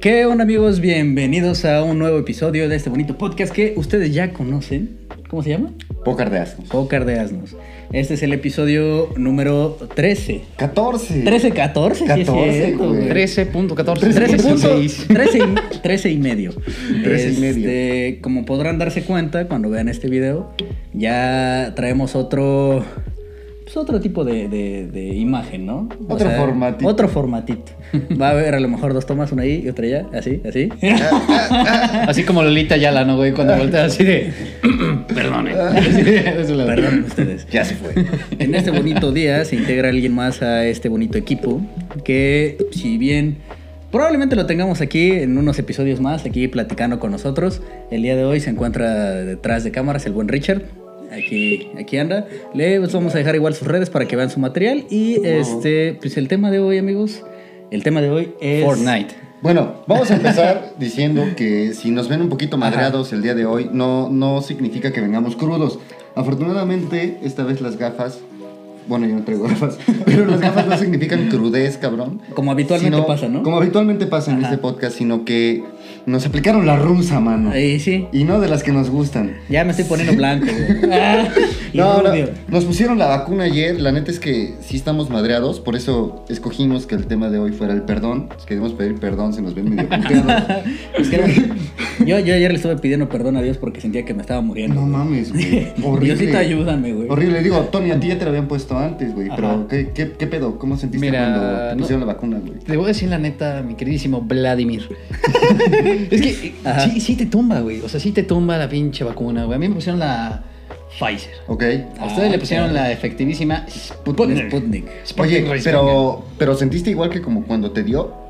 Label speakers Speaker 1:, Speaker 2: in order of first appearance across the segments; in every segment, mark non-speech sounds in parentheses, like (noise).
Speaker 1: ¿Qué onda amigos? Bienvenidos a un nuevo episodio de este bonito podcast que ustedes ya conocen. ¿Cómo se llama?
Speaker 2: Pócar de asnos.
Speaker 1: Pócar de Asnos. Este es el episodio número 13.
Speaker 2: 14. (laughs)
Speaker 1: 13, 14, sí es
Speaker 2: 14,
Speaker 1: cierto,
Speaker 2: güey.
Speaker 1: güey.
Speaker 3: 13.14.
Speaker 1: 13 puntos,
Speaker 3: 13.6.
Speaker 1: 13 y, 13 y
Speaker 2: (laughs)
Speaker 1: medio.
Speaker 2: 13 y medio.
Speaker 1: Este, Como podrán darse cuenta cuando vean este video, ya traemos otro pues otro tipo de, de- de imagen, ¿no?
Speaker 2: Otro formatito.
Speaker 1: Otro formatito. Va a haber a lo mejor dos tomas, una ahí y otra allá, así, así.
Speaker 3: Así como Lolita Yala, ¿no, güey? Cuando voltea así de. (clears throat) Perdone.
Speaker 1: Perdón ustedes.
Speaker 2: Ya se fue.
Speaker 1: En este bonito día se integra alguien más a este bonito equipo que si bien probablemente lo tengamos aquí en unos episodios más, aquí platicando con nosotros, el día de hoy se encuentra detrás de cámaras el buen Richard. Aquí, aquí anda. Les vamos a dejar igual sus redes para que vean su material. Y este, pues el tema de hoy, amigos. El tema de hoy es.
Speaker 3: Fortnite.
Speaker 2: Bueno, vamos a empezar (laughs) diciendo que si nos ven un poquito madreados el día de hoy, no, no significa que vengamos crudos. Afortunadamente, esta vez las gafas. Bueno, yo no traigo (laughs) gafas, pero las gafas no significan crudez, cabrón.
Speaker 1: Como habitualmente
Speaker 2: Sino-
Speaker 1: pasa, ¿no?
Speaker 2: Como habitualmente pasa en
Speaker 1: Ajá.
Speaker 2: este podcast, sino que nos aplicaron la rusa, mano.
Speaker 1: Ahí sí.
Speaker 2: Y no de las que nos gustan.
Speaker 1: Ya me estoy poniendo blanco,
Speaker 2: (laughs)
Speaker 1: güey. Ah, y
Speaker 2: No, no,
Speaker 1: rubio.
Speaker 2: nos pusieron la vacuna ayer, la neta es que sí estamos madreados, por eso escogimos que el tema de hoy fuera el perdón, queremos pedir perdón, se nos ven medio puteados.
Speaker 1: (laughs) Es que era- yo, yo ayer le estuve pidiendo perdón a Dios porque sentía que me estaba muriendo.
Speaker 2: No mames, güey, horrible.
Speaker 1: (laughs) Diosito, ayúdame, güey.
Speaker 2: Horrible, digo, Tony, a ti ya te lo habían puesto antes, güey, pero
Speaker 1: Ajá.
Speaker 2: ¿qué, qué, qué pedo? ¿Cómo sentiste
Speaker 3: Mira,
Speaker 2: cuando te
Speaker 3: no-
Speaker 2: pusieron la vacuna, güey?
Speaker 3: Te voy a decir la neta, mi queridísimo (laughs) Vladimir. es que eh,
Speaker 1: Ajá.
Speaker 3: sí, sí te tumba, güey. O sea, sí te tumba la pinche vacuna, güey. A mí me pusieron la Pfizer.
Speaker 2: Ok.
Speaker 3: A ustedes
Speaker 1: Ah,
Speaker 3: le pusieron
Speaker 1: ok.
Speaker 3: la efectivísima
Speaker 1: Sputnik.
Speaker 3: Sputnik.
Speaker 1: Sputnik.
Speaker 3: Sputnik
Speaker 2: Oye,
Speaker 3: Sputnik.
Speaker 2: pero, pero ¿sentiste igual que como cuando te dio?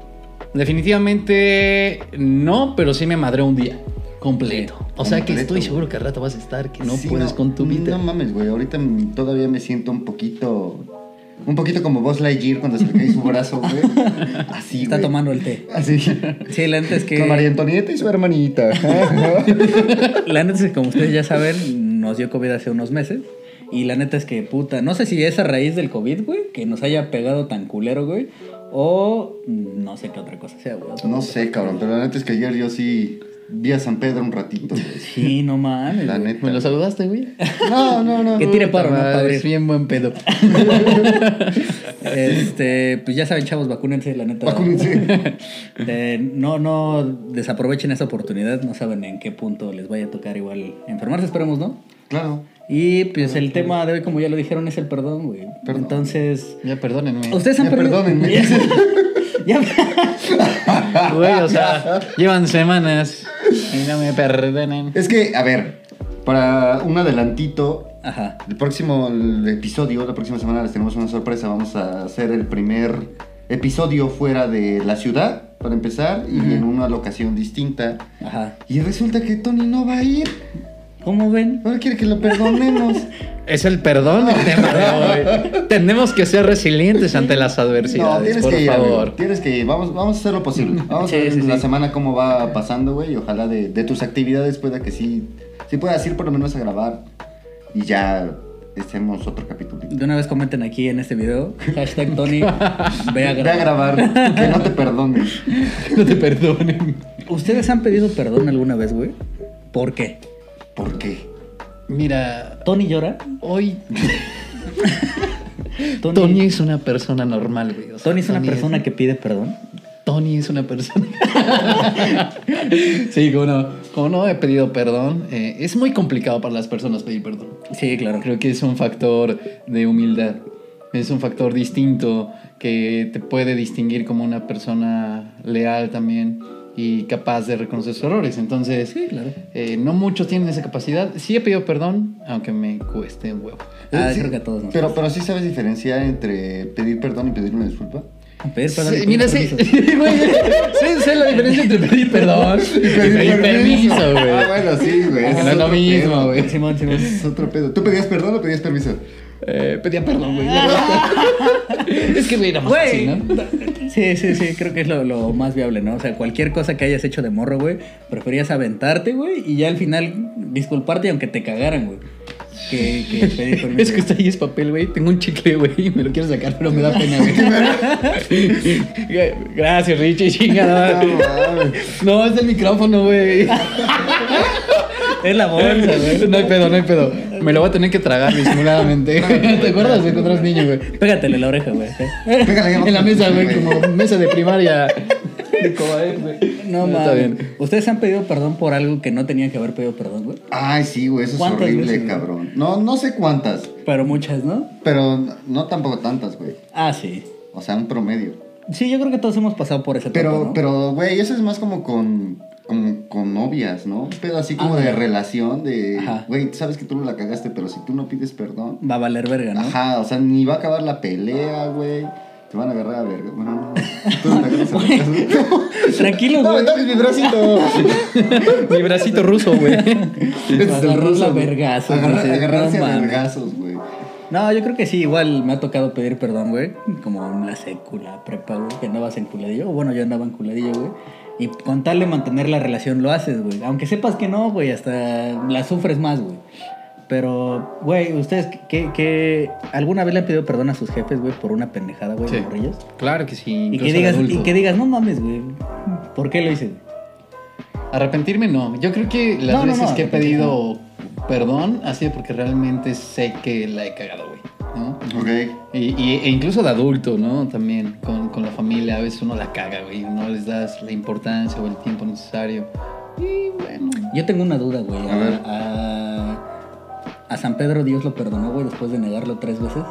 Speaker 3: Definitivamente no, pero sí me madré un día completo. O sea que
Speaker 2: Completo,
Speaker 3: estoy
Speaker 2: güey.
Speaker 3: seguro que al rato vas a estar que no
Speaker 2: Sí,
Speaker 3: puedes con tu vida.
Speaker 2: No mames, güey, ahorita m- todavía me siento un poquito... Un poquito como Buzz Lightyear cuando se le cae su brazo,
Speaker 3: (laughs)
Speaker 2: güey. Así,
Speaker 1: Está
Speaker 2: güey.
Speaker 1: tomando el té.
Speaker 2: Así.
Speaker 1: Sí, la neta es que.
Speaker 2: Con María Antonieta y su hermanita. (laughs)
Speaker 1: La neta es que, como ustedes ya saben, nos dio COVID hace unos meses. Y la neta es que, puta, no sé si es a raíz del COVID, güey, que nos haya pegado tan culero, güey. O no sé qué otra cosa sea, güey.
Speaker 2: no sé, cabrón, pero la neta es que ayer yo sí vi a San Pedro un ratito. güey.
Speaker 1: Sí, no mames.
Speaker 2: La
Speaker 1: güey.
Speaker 2: neta.
Speaker 3: ¿Me lo saludaste, güey?
Speaker 2: (laughs) No, no, no.
Speaker 1: Que
Speaker 2: no.
Speaker 1: tire paro, ¿no?
Speaker 3: Puta
Speaker 1: Para
Speaker 3: madre,
Speaker 1: abrir.
Speaker 3: es bien buen pedo.
Speaker 1: Este, pues ya saben, chavos, vacúnense, la neta. (laughs)
Speaker 2: Vacúnense.
Speaker 1: Eh, no, no desaprovechen esa oportunidad, no saben en qué punto les vaya a tocar igual enfermarse, esperemos, ¿no?
Speaker 2: Claro.
Speaker 1: Y pues el tema de hoy, como ya lo dijeron, es el perdón, güey.
Speaker 2: Perdón.
Speaker 1: Entonces,
Speaker 3: Ya perdónenme. (laughs)
Speaker 1: ustedes han
Speaker 2: Ya
Speaker 1: perdido.
Speaker 2: perdónenme.
Speaker 1: (laughs) Ya-
Speaker 3: Güey, o sea, llevan semanas y no me perdonen.
Speaker 2: Es que, a ver, para un adelantito,
Speaker 1: Ajá.
Speaker 2: el próximo episodio, la próxima semana les tenemos una sorpresa. Vamos a hacer el primer episodio fuera de la ciudad, para empezar, y en una locación distinta.
Speaker 1: Ajá.
Speaker 2: Y resulta que Tony no va a ir.
Speaker 1: ¿Cómo ven?
Speaker 2: Ahora quiere que
Speaker 1: (laughs)
Speaker 2: lo perdonemos.
Speaker 3: Es el perdón el tema de hoy. Tenemos que ser resilientes ante las
Speaker 2: No,
Speaker 3: adversidades,
Speaker 2: tienes
Speaker 3: por
Speaker 2: que ir, amigo. (laughs)
Speaker 3: favor.
Speaker 2: Tienes que ir. Vamos, vamos a hacer lo posible. Vamos
Speaker 1: Sí,
Speaker 2: a ver
Speaker 1: sí,
Speaker 2: la
Speaker 1: sí.
Speaker 2: semana cómo va pasando, güey. Y ojalá de, de tus actividades pueda que sí, sí puedas ir por lo menos a grabar. Y ya hacemos otro capítulo.
Speaker 1: De una vez comenten aquí en este video, hashtag Tony, ve a
Speaker 2: Ve a
Speaker 1: grabar.
Speaker 2: grabar. que
Speaker 1: (laughs)
Speaker 2: no te perdones.
Speaker 3: No te perdonen.
Speaker 1: ¿Ustedes han pedido perdón alguna vez, güey? ¿Por qué?
Speaker 2: ¿Por qué?
Speaker 3: Mira,
Speaker 1: ¿Tony llora?
Speaker 3: hoy Tony es una persona normal, güey. o sea,
Speaker 1: Tony es una
Speaker 3: Tony
Speaker 1: persona que pide perdón.
Speaker 3: Tony es una persona. (laughs) sí, como no, como no he pedido perdón, eh, es muy complicado para las personas pedir perdón.
Speaker 1: Sí, claro.
Speaker 3: Creo que es un factor de humildad. Es un factor distinto que te puede distinguir como una persona leal también y capaz de reconocer sus errores. Entonces,
Speaker 1: Sí, claro.
Speaker 3: eh, no muchos tienen esa capacidad. Sí he pedido perdón, aunque me cueste un huevo.
Speaker 1: Ah,
Speaker 2: Eh, sí,
Speaker 1: creo que a todos nos
Speaker 2: pero,
Speaker 1: pasa.
Speaker 2: pero sí sabes diferenciar entre pedir perdón y pedir una disculpa.
Speaker 1: Pedir perdón. y
Speaker 3: Sí,
Speaker 1: pedir
Speaker 3: mira, sí,
Speaker 1: permiso.
Speaker 3: (laughs) güey, sé, sé la diferencia entre pedir perdón y pedir permiso,
Speaker 2: Ah,
Speaker 3: güey.
Speaker 2: bueno, sí, güey.
Speaker 3: Que
Speaker 2: ese
Speaker 3: no es lo
Speaker 2: otro
Speaker 3: mismo,
Speaker 2: pedo.
Speaker 3: güey.
Speaker 1: Simón, Simón.
Speaker 2: Es otro pedo. ¿Tú pedías perdón o pedías permiso?
Speaker 3: Eh, pedía perdón, güey. es que, güey, era más
Speaker 1: Güey.
Speaker 3: fácil, ¿no?
Speaker 1: Sí, sí, sí, creo que es lo, lo más viable, ¿no? O sea, cualquier cosa que hayas hecho de morro, güey, preferías aventarte, güey, y ya al final disculparte aunque te cagaran, güey. Que, que pedir permiso.
Speaker 3: (laughs) Es que está ahí es papel, güey. Tengo un chicle, güey, y me lo quiero sacar, pero me da pena, (laughs) güey. Gracias, Richie, chingada.
Speaker 2: No, mames.
Speaker 3: No, es el micrófono, güey.
Speaker 1: Es la bolsa, güey. (laughs)
Speaker 3: No hay pedo, no hay pedo. Me lo voy a tener que tragar (laughs) disimuladamente. ¿Te acuerdas de cuando eras niño, güey?
Speaker 1: Pégatele la oreja, güey. Eh,
Speaker 2: Pégale, ya,
Speaker 3: En la
Speaker 2: vamos.
Speaker 3: mesa, güey, como mesa de primaria. De Cobain, güey.
Speaker 1: No
Speaker 3: Está
Speaker 1: mames.
Speaker 3: bien.
Speaker 1: ¿Ustedes han pedido perdón por algo que no tenían que haber pedido perdón, güey?
Speaker 2: Ay, sí, güey, eso es
Speaker 1: ¿Cuántas
Speaker 2: horrible,
Speaker 1: veces, güey?
Speaker 2: cabrón. No, no sé cuántas,
Speaker 1: Pero muchas, ¿no?
Speaker 2: pero no- no tampoco tantas, güey.
Speaker 1: Ah, sí.
Speaker 2: O sea, un promedio.
Speaker 1: Sí, yo creo que todos hemos pasado por esa etapa,
Speaker 2: Pero,
Speaker 1: ¿no?
Speaker 2: pero, güey, eso es más como con, como con novias, ¿no? Pero así como
Speaker 1: Ajá.
Speaker 2: de relación, de,
Speaker 1: Ah. Ajá.
Speaker 2: güey, sabes que tú la cagaste, pero si tú no pides perdón,
Speaker 1: Va a valer verga, ¿no?
Speaker 2: ajá, o sea, ni va a acabar la pelea, güey. Te van a agarrar a verga. Bueno, no, tú no te agarras a verga.
Speaker 1: (laughs) Tranquilo,
Speaker 2: No,
Speaker 1: güey.
Speaker 2: me toques
Speaker 1: (laughs)
Speaker 2: mi bracito.
Speaker 3: Mi bracito ruso, güey.
Speaker 2: Este es el
Speaker 1: Agarrarla
Speaker 2: ruso,
Speaker 1: a
Speaker 2: güey.
Speaker 1: vergazos,
Speaker 2: Agarra-
Speaker 1: dice,
Speaker 2: Agarrarse
Speaker 1: no
Speaker 2: a
Speaker 1: mames.
Speaker 2: vergazos, güey.
Speaker 1: No, yo creo que sí, igual me ha tocado pedir perdón, güey. Como en la sécula, prepa, güey, que andabas enculadillo. O bueno, yo andaba enculadillo, güey. Y con tal de mantener la relación lo haces, güey. Aunque sepas que no, güey, hasta la sufres más, güey. Pero, güey, ¿ustedes qué, qué- alguna vez le han pedido perdón a sus jefes, güey, por una pendejada, güey, de
Speaker 3: Sí.
Speaker 1: morrillos?
Speaker 3: Claro que sí.
Speaker 1: Y
Speaker 3: incluso
Speaker 1: que,
Speaker 3: de
Speaker 1: digas, y
Speaker 3: adulto.
Speaker 1: que digas, no mames, güey, ¿por qué lo hice?
Speaker 3: Arrepentirme no. Yo creo que las
Speaker 1: No, no,
Speaker 3: veces
Speaker 1: no,
Speaker 3: que he
Speaker 1: arrepentirme
Speaker 3: pedido perdón ha sido porque realmente sé que la he cagado, güey. ¿no?
Speaker 2: Ok.
Speaker 3: Y, y- e incluso de adulto, ¿no? También con, con la familia. A veces uno la caga, güey. No les das la importancia o el tiempo necesario. Y bueno.
Speaker 1: Yo tengo una duda, güey.
Speaker 2: A ver.
Speaker 1: a- a San Pedro Dios lo perdonó, güey, después de negarlo tres veces.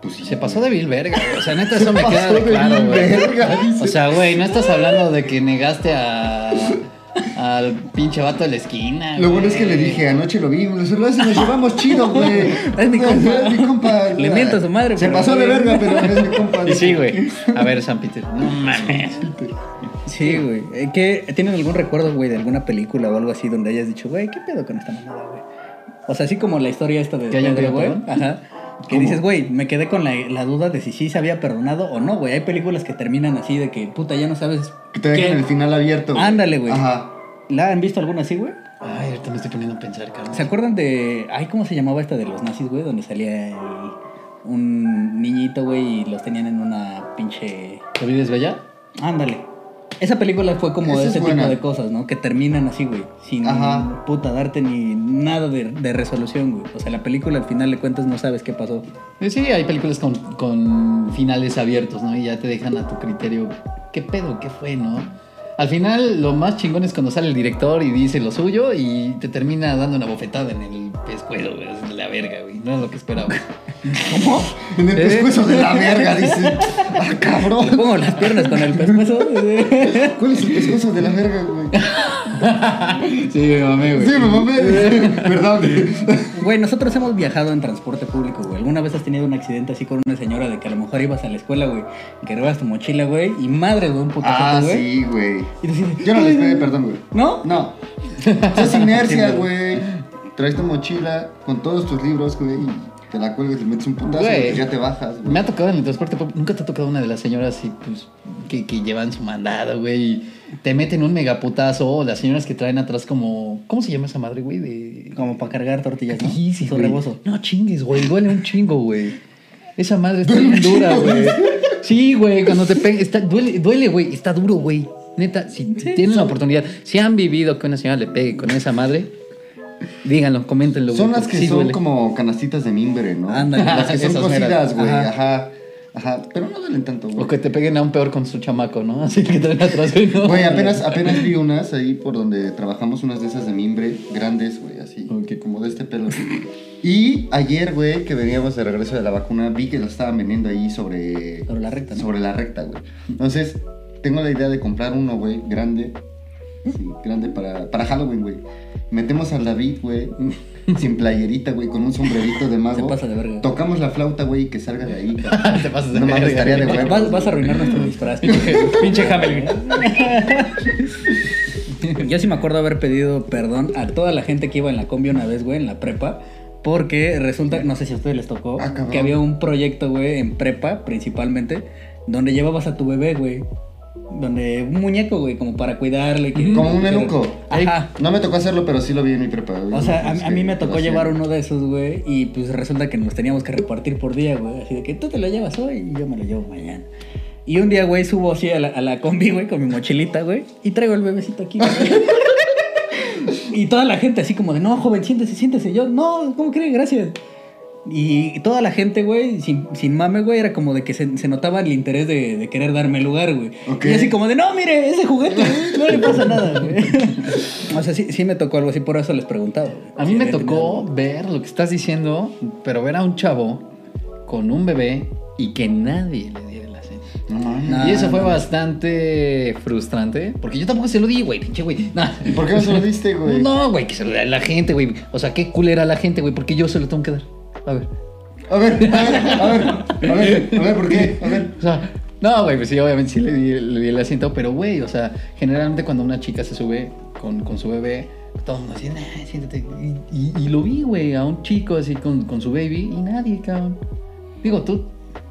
Speaker 2: Pues sí,
Speaker 3: Se
Speaker 2: güey.
Speaker 3: pasó de vil verga, güey. O sea, neta, eso me
Speaker 2: pasó
Speaker 3: queda de
Speaker 2: de
Speaker 3: claro,
Speaker 2: vil
Speaker 3: güey.
Speaker 2: verga, dice.
Speaker 3: O sea, güey, no estás hablando de que negaste a. al pinche vato de la esquina.
Speaker 2: Lo bueno es
Speaker 3: güey.
Speaker 2: que le dije, anoche lo vimos, los y nos llevamos chido, güey.
Speaker 1: (laughs) Es
Speaker 2: (laughs)
Speaker 1: mi compa.
Speaker 2: Es mi compa.
Speaker 1: Le miento a su madre,
Speaker 2: Se
Speaker 1: pero
Speaker 2: pasó de
Speaker 1: güey.
Speaker 2: verga, pero es
Speaker 1: (laughs)
Speaker 2: mi compa.
Speaker 3: Y sí, güey. A ver, San Peter. No mames.
Speaker 1: Sí, güey. Eh, ¿Qué, ¿Tienen algún recuerdo, güey, de alguna película o algo así donde hayas dicho, güey, qué pedo con esta mamada, güey? O sea, así como la historia esta de
Speaker 3: ¿Que hayan
Speaker 1: Pedro, güey.
Speaker 3: pedido
Speaker 1: Ajá. Que dices, güey, me quedé con la, la duda de si sí se había perdonado o no, güey. Hay películas que terminan así de que, puta, ya no sabes.
Speaker 2: Que te dejan
Speaker 1: qué-
Speaker 2: el final abierto.
Speaker 1: Ándale, güey.
Speaker 2: Ajá.
Speaker 1: ¿La han visto alguna así, güey?
Speaker 3: Ay, ahorita me estoy poniendo a pensar, cabrón.
Speaker 1: ¿Se acuerdan de. Ay, ¿cómo se llamaba esta de los nazis, güey? Donde salía el- un niñito, güey, y los tenían en una pinche.
Speaker 3: ¿La vida es bella?
Speaker 1: Ándale. Esa película fue como
Speaker 2: Esa es
Speaker 1: ese tipo
Speaker 2: buena.
Speaker 1: de cosas, ¿no? Que terminan así, güey. Sin
Speaker 2: Ajá.
Speaker 1: puta darte ni nada de, de resolución, güey. O sea, la película al final de cuentas no sabes qué pasó.
Speaker 3: Eh, Sí, hay películas con, con finales abiertos, ¿no? Y ya te dejan a tu criterio. ¿Qué pedo? ¿Qué fue, no? Al final, lo más chingón es cuando sale el director y dice lo suyo y te termina dando una bofetada en el pescuezo, güey. Es la verga, güey. No es lo que esperaba.
Speaker 2: ¿Cómo? En el
Speaker 3: Eh.
Speaker 2: pescuezo
Speaker 1: (laughs)
Speaker 2: de la verga, dice. Ah,
Speaker 1: Le
Speaker 2: cabrón.
Speaker 1: pongo las piernas con el pescuezo.
Speaker 2: ¿Cuál es el pescuezo de la verga, güey?
Speaker 3: (laughs) sí, me mamé,
Speaker 2: Sí, me
Speaker 3: (laughs)
Speaker 2: mamé. Perdón.
Speaker 1: Güey, nosotros hemos viajado en transporte público, güey. ¿Alguna vez has tenido un accidente así con una señora de que a lo mejor ibas a la escuela, güey? Que robas tu mochila, güey. Y madre, güey, un
Speaker 2: Ah,
Speaker 1: putazo, güey.
Speaker 2: sí, güey.
Speaker 1: Y decís,
Speaker 2: Yo no les pedí perdón, güey.
Speaker 1: ¿no?
Speaker 2: No. Eso
Speaker 3: (laughs)
Speaker 2: es inercia, güey. Traes tu mochila con todos tus libros, güey, y te la cuelgas, le metes un putazo
Speaker 3: Güey.
Speaker 2: y ya te bajas, güey.
Speaker 3: Me ha tocado en el transporte público. Nunca te ha tocado una de las señoras y, pues, que, que llevan su mandado, güey. y Te meten un megaputazo. O las señoras que traen atrás como. ¿Cómo se llama esa madre, güey? De...
Speaker 1: Como para cargar tortillas, ¿no?
Speaker 3: Sí, sí,
Speaker 1: Su
Speaker 3: güey.
Speaker 1: rebozo.
Speaker 3: No chingues, güey. Duele un chingo, güey. Esa madre está
Speaker 2: (laughs)
Speaker 3: bien dura, güey. Sí, güey. Cuando te pega, está, duele, duele, güey. Está duro, güey. Neta, si tienen la oportunidad, si han vivido que una señora le pegue con esa madre, díganlo, coméntenlo.
Speaker 2: Son
Speaker 3: güey,
Speaker 2: las
Speaker 3: porque
Speaker 2: que
Speaker 3: sí
Speaker 2: son
Speaker 3: duele.
Speaker 2: como canastitas de mimbre, ¿no?
Speaker 1: Ándale.
Speaker 2: Las que son
Speaker 3: Esas
Speaker 2: cocidas,
Speaker 3: meras.
Speaker 2: güey.
Speaker 1: Ajá.
Speaker 2: Ajá. ajá. Pero no duelen tanto,
Speaker 3: O
Speaker 2: güey.
Speaker 3: que te peguen aún peor con su chamaco, ¿no? Así que traen atrás, güey. ¿no?
Speaker 2: Güey, apenas, apenas vi unas ahí por donde trabajamos, unas de esas de mimbre grandes, güey, así.
Speaker 3: Ok.
Speaker 2: Como de este pelo. Y ayer, güey, que veníamos de regreso de la vacuna, vi que la estaban vendiendo ahí sobre.
Speaker 1: Sobre la recta, ¿no?
Speaker 2: Sobre la recta, güey. Entonces, tengo la idea de comprar uno, güey, grande. Sí, grande para, para Halloween, güey. Metemos al David, güey.
Speaker 1: (laughs)
Speaker 2: Sin playerita, güey, con un sombrerito de mago.
Speaker 1: Se pasa de verga.
Speaker 2: Tocamos la flauta, güey, y que salga de ahí. cabrón.
Speaker 3: (laughs) Te pasas de
Speaker 2: No mames,
Speaker 3: verga,
Speaker 2: estaría de
Speaker 3: güey.
Speaker 2: huevos.
Speaker 1: Vas, vas a arruinar nuestro disfraz, pinche, pinche Hamel, güey. Yo sí me acuerdo haber pedido perdón a toda la gente que iba en la combi una vez, güey, en la prepa. Porque resulta, no sé si a ustedes les tocó,
Speaker 2: Ah, cabrón.
Speaker 1: que había un proyecto, güey, en prepa principalmente, donde llevabas a tu bebé, güey. Donde un muñeco, güey, como para cuidarle. que-
Speaker 2: Como un eunuco.
Speaker 1: Ajá.
Speaker 2: No me tocó hacerlo, pero sí lo vi en mi prepa. güey.
Speaker 1: O sea,
Speaker 2: Es
Speaker 1: a, a mí
Speaker 2: que
Speaker 1: me
Speaker 2: lo
Speaker 1: tocó
Speaker 2: hacía.
Speaker 1: llevar uno de esos, güey, y pues resulta que nos teníamos que repartir por día, güey. Así de que tú te lo llevas hoy y yo me lo llevo mañana. Y un día, güey, subo así a la, a la combi, güey, con mi mochilita, güey, y traigo el bebecito aquí, güey. Y toda la gente así como de, no, joven, siéntese, siéntese. Y Yo, no, ¿cómo cree? Gracias. Y toda la gente, güey, sin, sin mame, güey, era como de que se, se notaba el interés de, de querer darme lugar, güey.
Speaker 2: Ok.
Speaker 1: Y así como de, no, mire, ese juguete, güey, no le pasa nada, güey. o sea, sí, sí me tocó algo así, por eso les preguntaba. güey.
Speaker 3: A mí
Speaker 1: Si
Speaker 3: me
Speaker 1: había
Speaker 3: tocó ver lo que estás diciendo, pero ver a un chavo con un bebé y que nadie le diera el acento.
Speaker 2: No mames.
Speaker 1: No. Ah,
Speaker 3: y eso fue bastante frustrante, porque yo tampoco se lo di, güey, pinche güey. No.
Speaker 2: ¿Y por qué no se lo diste, güey?
Speaker 3: No, güey, que se lo dé a la gente, güey. O sea, qué cool era la gente, güey, porque yo se lo tengo que dar. A ver.
Speaker 2: A ver, a ver, a ver, a ver, a ver, ¿por qué? A ver.
Speaker 3: O sea, no, güey, pues sí, obviamente sí le di, le di el asiento, pero güey, o sea, generalmente cuando una chica se sube con, con su bebé, todo el mundo así, "Nah, siéntate. Y, y- y lo vi, güey, a un chico así con, con su baby y nadie, cabrón. Digo, tú,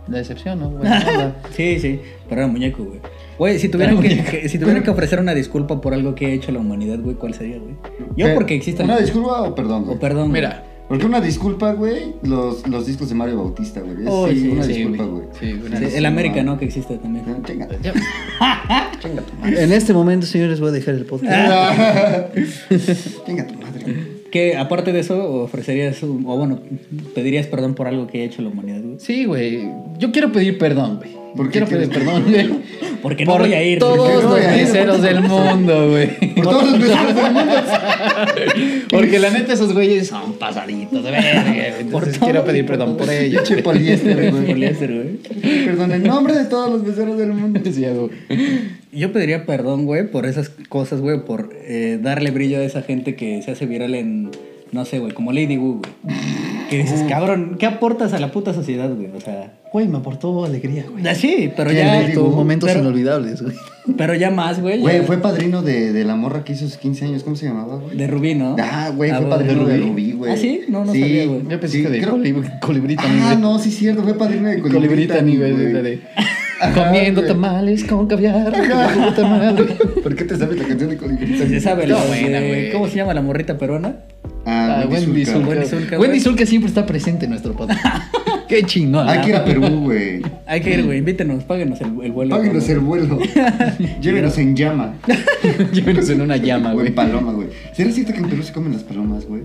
Speaker 3: la excepción, ¿no? (laughs) Bueno, onda.
Speaker 1: Sí, sí, pero era muñeco, güey. Güey, si tuvieran,
Speaker 3: Era
Speaker 1: que,
Speaker 3: muñeco.
Speaker 1: que- si tuvieran que ofrecer una disculpa por algo que ha hecho la humanidad, güey, ¿cuál sería, güey? Yo
Speaker 2: Pe-
Speaker 1: porque existen...
Speaker 2: Eh, ¿Una disculpa o perdón?
Speaker 1: O
Speaker 2: güey?
Speaker 1: perdón, güey.
Speaker 3: Mira.
Speaker 2: Porque una disculpa, güey, los, los discos de Mario Bautista, güey. Es
Speaker 1: Oh, sí,
Speaker 2: una
Speaker 3: sí,
Speaker 2: disculpa,
Speaker 3: güey.
Speaker 2: güey.
Speaker 3: Sí, una
Speaker 1: Sí, el
Speaker 2: disculpa.
Speaker 1: América, ¿no? Que existe también.
Speaker 2: Ah, chinga. (laughs)
Speaker 3: Ya. en este momento, señores, voy a dejar el podcast.
Speaker 2: Eh, Chinga tu madre. güey.
Speaker 1: Que aparte de eso, ofrecerías, un- o bueno, pedirías perdón por algo que ha hecho la humanidad, güey.
Speaker 3: Sí, güey. Yo quiero pedir perdón, güey.
Speaker 2: ¿Por qué
Speaker 3: quiero pedir
Speaker 2: quieres
Speaker 3: perdón, güey?
Speaker 1: (laughs) Porque no
Speaker 3: Por
Speaker 1: voy a ir.
Speaker 2: Porque
Speaker 3: Todos
Speaker 2: no
Speaker 3: los
Speaker 2: voy a ir.
Speaker 3: meseros del mundo, güey.
Speaker 2: Por todos los vecinos del mundo.
Speaker 3: Porque la neta esos güeyes son pasaditos de verga. güey. Entonces quiero pedir perdón por ello.
Speaker 2: Pinche poliéster,
Speaker 1: Por
Speaker 2: güey.
Speaker 1: láser, güey.
Speaker 2: Perdón, en nombre de todos los becerros del mundo.
Speaker 3: Sí, hago.
Speaker 1: Yo pediría perdón, güey, por esas cosas, güey, por eh, darle brillo a esa gente que se hace viral en, no sé, güey, como Lady Wu, güey. Que dices, cabrón, ¿qué aportas a la puta sociedad, güey? O sea,
Speaker 3: Güey, me aportó alegría, güey.
Speaker 1: sí, pero
Speaker 2: ¿Qué,
Speaker 1: ya,
Speaker 2: Lady Wu?
Speaker 3: momentos
Speaker 1: Pero-
Speaker 3: inolvidables, güey.
Speaker 1: pero ya más, güey. ya-
Speaker 2: Güey, fue padrino de, de la morra que hizo sus 15 años. ¿Cómo se llamaba, güey?
Speaker 1: De Rubí, ¿no?
Speaker 2: Ah, güey, fue
Speaker 1: Ah,
Speaker 2: padrino de Rubí, güey.
Speaker 1: ¿Ah, sí? No, no
Speaker 2: Sí.
Speaker 1: sabía, güey.
Speaker 3: Yo pensé
Speaker 2: Sí,
Speaker 3: que de
Speaker 2: creo-
Speaker 3: colib- colibrita, mi
Speaker 2: Ah,
Speaker 3: güey.
Speaker 2: no, sí, es cierto, fue padrino de
Speaker 3: Colibrita,
Speaker 2: Colibrita,
Speaker 3: mi güey. de-
Speaker 2: güey.
Speaker 3: de-
Speaker 2: Ajá,
Speaker 3: Comiendo
Speaker 2: güey.
Speaker 3: tamales con caviar. con puta madre.
Speaker 2: ¿Por qué te sabes la canción de Colibrita?
Speaker 1: Se Pues, sabe
Speaker 3: Está
Speaker 1: la
Speaker 3: buena,
Speaker 1: de-
Speaker 3: güey.
Speaker 1: ¿Cómo se llama la morrita peruana?
Speaker 2: Ah,
Speaker 3: Ah, Wendy Zulka.
Speaker 1: Wendy Zulka,
Speaker 3: Wendy Zulka,
Speaker 1: güey.
Speaker 3: siempre está presente en nuestro podcast. (laughs) Qué chingón.
Speaker 2: Hay Ah, que ir a
Speaker 3: (laughs)
Speaker 2: Perú, güey.
Speaker 1: Hay que ir, güey, invítenos, páguenos el, el vuelo.
Speaker 2: Páguenos
Speaker 1: güey.
Speaker 2: el
Speaker 3: (laughs)
Speaker 2: vuelo. Llévenos en llama.
Speaker 3: Llévenos
Speaker 2: (laughs)
Speaker 3: en una llama,
Speaker 2: O en
Speaker 3: güey.
Speaker 2: paloma, güey. ¿Será cierto que en Perú se comen las palomas, güey?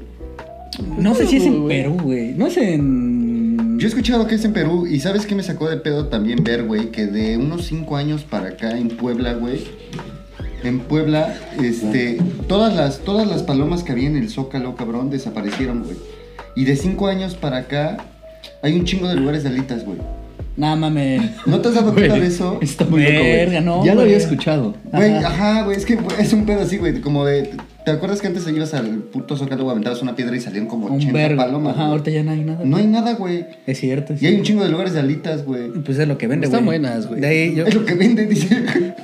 Speaker 1: No sé si es en
Speaker 3: güey.
Speaker 1: Perú, güey. No es en...
Speaker 2: Yo he escuchado que es en Perú y ¿sabes qué me sacó de pedo también ver, güey? Que de unos 5 años para acá en Puebla, güey. En Puebla, este, todas las, todas las palomas que había en el Zócalo, cabrón, desaparecieron, güey. Y de 5 años para acá hay un chingo de lugares de alitas, güey.
Speaker 1: Nah, mames.
Speaker 2: ¿No te has dado cuenta de eso?
Speaker 3: Está muy loco, güey.
Speaker 1: Verga, no,
Speaker 3: Ya lo
Speaker 1: güey.
Speaker 3: había escuchado.
Speaker 2: Güey, ajá, güey, es que güey, es un pedo así, güey, como de... ¿Te acuerdas que antes ibas al puto Zócalo, güey, aventabas una piedra y salían como
Speaker 1: Un
Speaker 2: 80
Speaker 1: vergo.
Speaker 2: palomas?
Speaker 1: Ajá,
Speaker 2: güey?
Speaker 1: ahorita ya no hay nada.
Speaker 2: No hay nada, güey.
Speaker 1: Es cierto.
Speaker 2: Y hay un chingo de lugares de alitas, güey.
Speaker 1: Pues es lo que vende, güey.
Speaker 3: Están buenas, güey.
Speaker 1: De ahí yo...
Speaker 2: Es lo que venden, dice.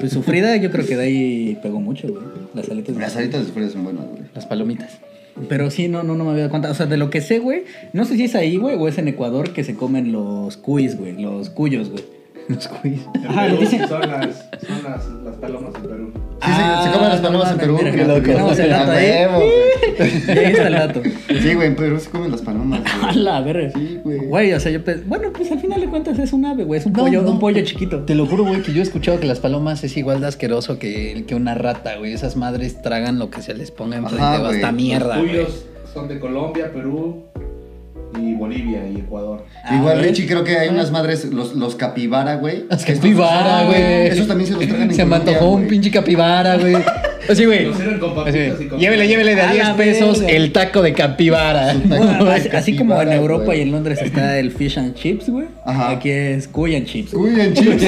Speaker 1: Pues sufrida, yo creo que de ahí pegó mucho, güey. Las alitas.
Speaker 2: (laughs) Las alitas de fresas son buenas, güey.
Speaker 3: Las palomitas.
Speaker 1: Pero sí, no, no, no me había dado cuenta. O sea, de lo que sé, güey, no sé si es ahí, güey, o es en Ecuador que se comen los cuis, güey. Los cuyos, güey.
Speaker 3: Los cuis.
Speaker 1: Ajá, lo dicen.
Speaker 4: Son las, son las, las palomas del Perú.
Speaker 2: Sí, se- se comen las palomas en Perú,
Speaker 1: Ah, Mira,
Speaker 2: qué loco.
Speaker 1: tenemos el dato
Speaker 2: A
Speaker 1: ahí.
Speaker 2: huevo, (laughs)
Speaker 1: Y ahí está el dato.
Speaker 2: Sí, güey, en Perú se comen las palomas,
Speaker 1: (laughs) A
Speaker 2: güey.
Speaker 1: la verga.
Speaker 2: Sí, güey.
Speaker 1: Güey, o sea, yo pensé. Bueno, pues al final de cuentas es un ave, güey. Es un
Speaker 3: No,
Speaker 1: pollo,
Speaker 3: no.
Speaker 1: un pollo chiquito.
Speaker 3: Te lo juro, güey, que yo he escuchado que las palomas es igual de asqueroso que, que una rata, güey. Esas madres tragan lo que se les ponga enfrente,
Speaker 2: Ajá,
Speaker 3: güey, hasta
Speaker 2: güey.
Speaker 3: mierda,
Speaker 4: Los
Speaker 3: güey.
Speaker 4: cuyos son de Colombia, Perú y Bolivia y Ecuador.
Speaker 1: A
Speaker 2: Igual,
Speaker 1: ver.
Speaker 2: Richie, creo que hay unas madres, los, los capibara, güey. Ah,
Speaker 3: Las capibara, güey.
Speaker 2: Esos también se los tragan en
Speaker 3: Se me
Speaker 2: Colombia,
Speaker 3: antojó un
Speaker 2: güey.
Speaker 3: pinche capibara, güey. Así, güey.
Speaker 4: Los sirven con papitas
Speaker 3: Así,
Speaker 4: y con-
Speaker 3: Llévele, llévele de
Speaker 1: A
Speaker 3: a 10
Speaker 1: la
Speaker 3: pesos
Speaker 1: verga.
Speaker 3: el taco de capibara.
Speaker 2: Su taco.
Speaker 1: Bueno, así,
Speaker 2: Capibara,
Speaker 1: así como en Europa
Speaker 2: güey.
Speaker 1: y en Londres está el fish and chips, güey.
Speaker 2: Ajá.
Speaker 1: Aquí es cuy and chips.
Speaker 2: Uy, en chips.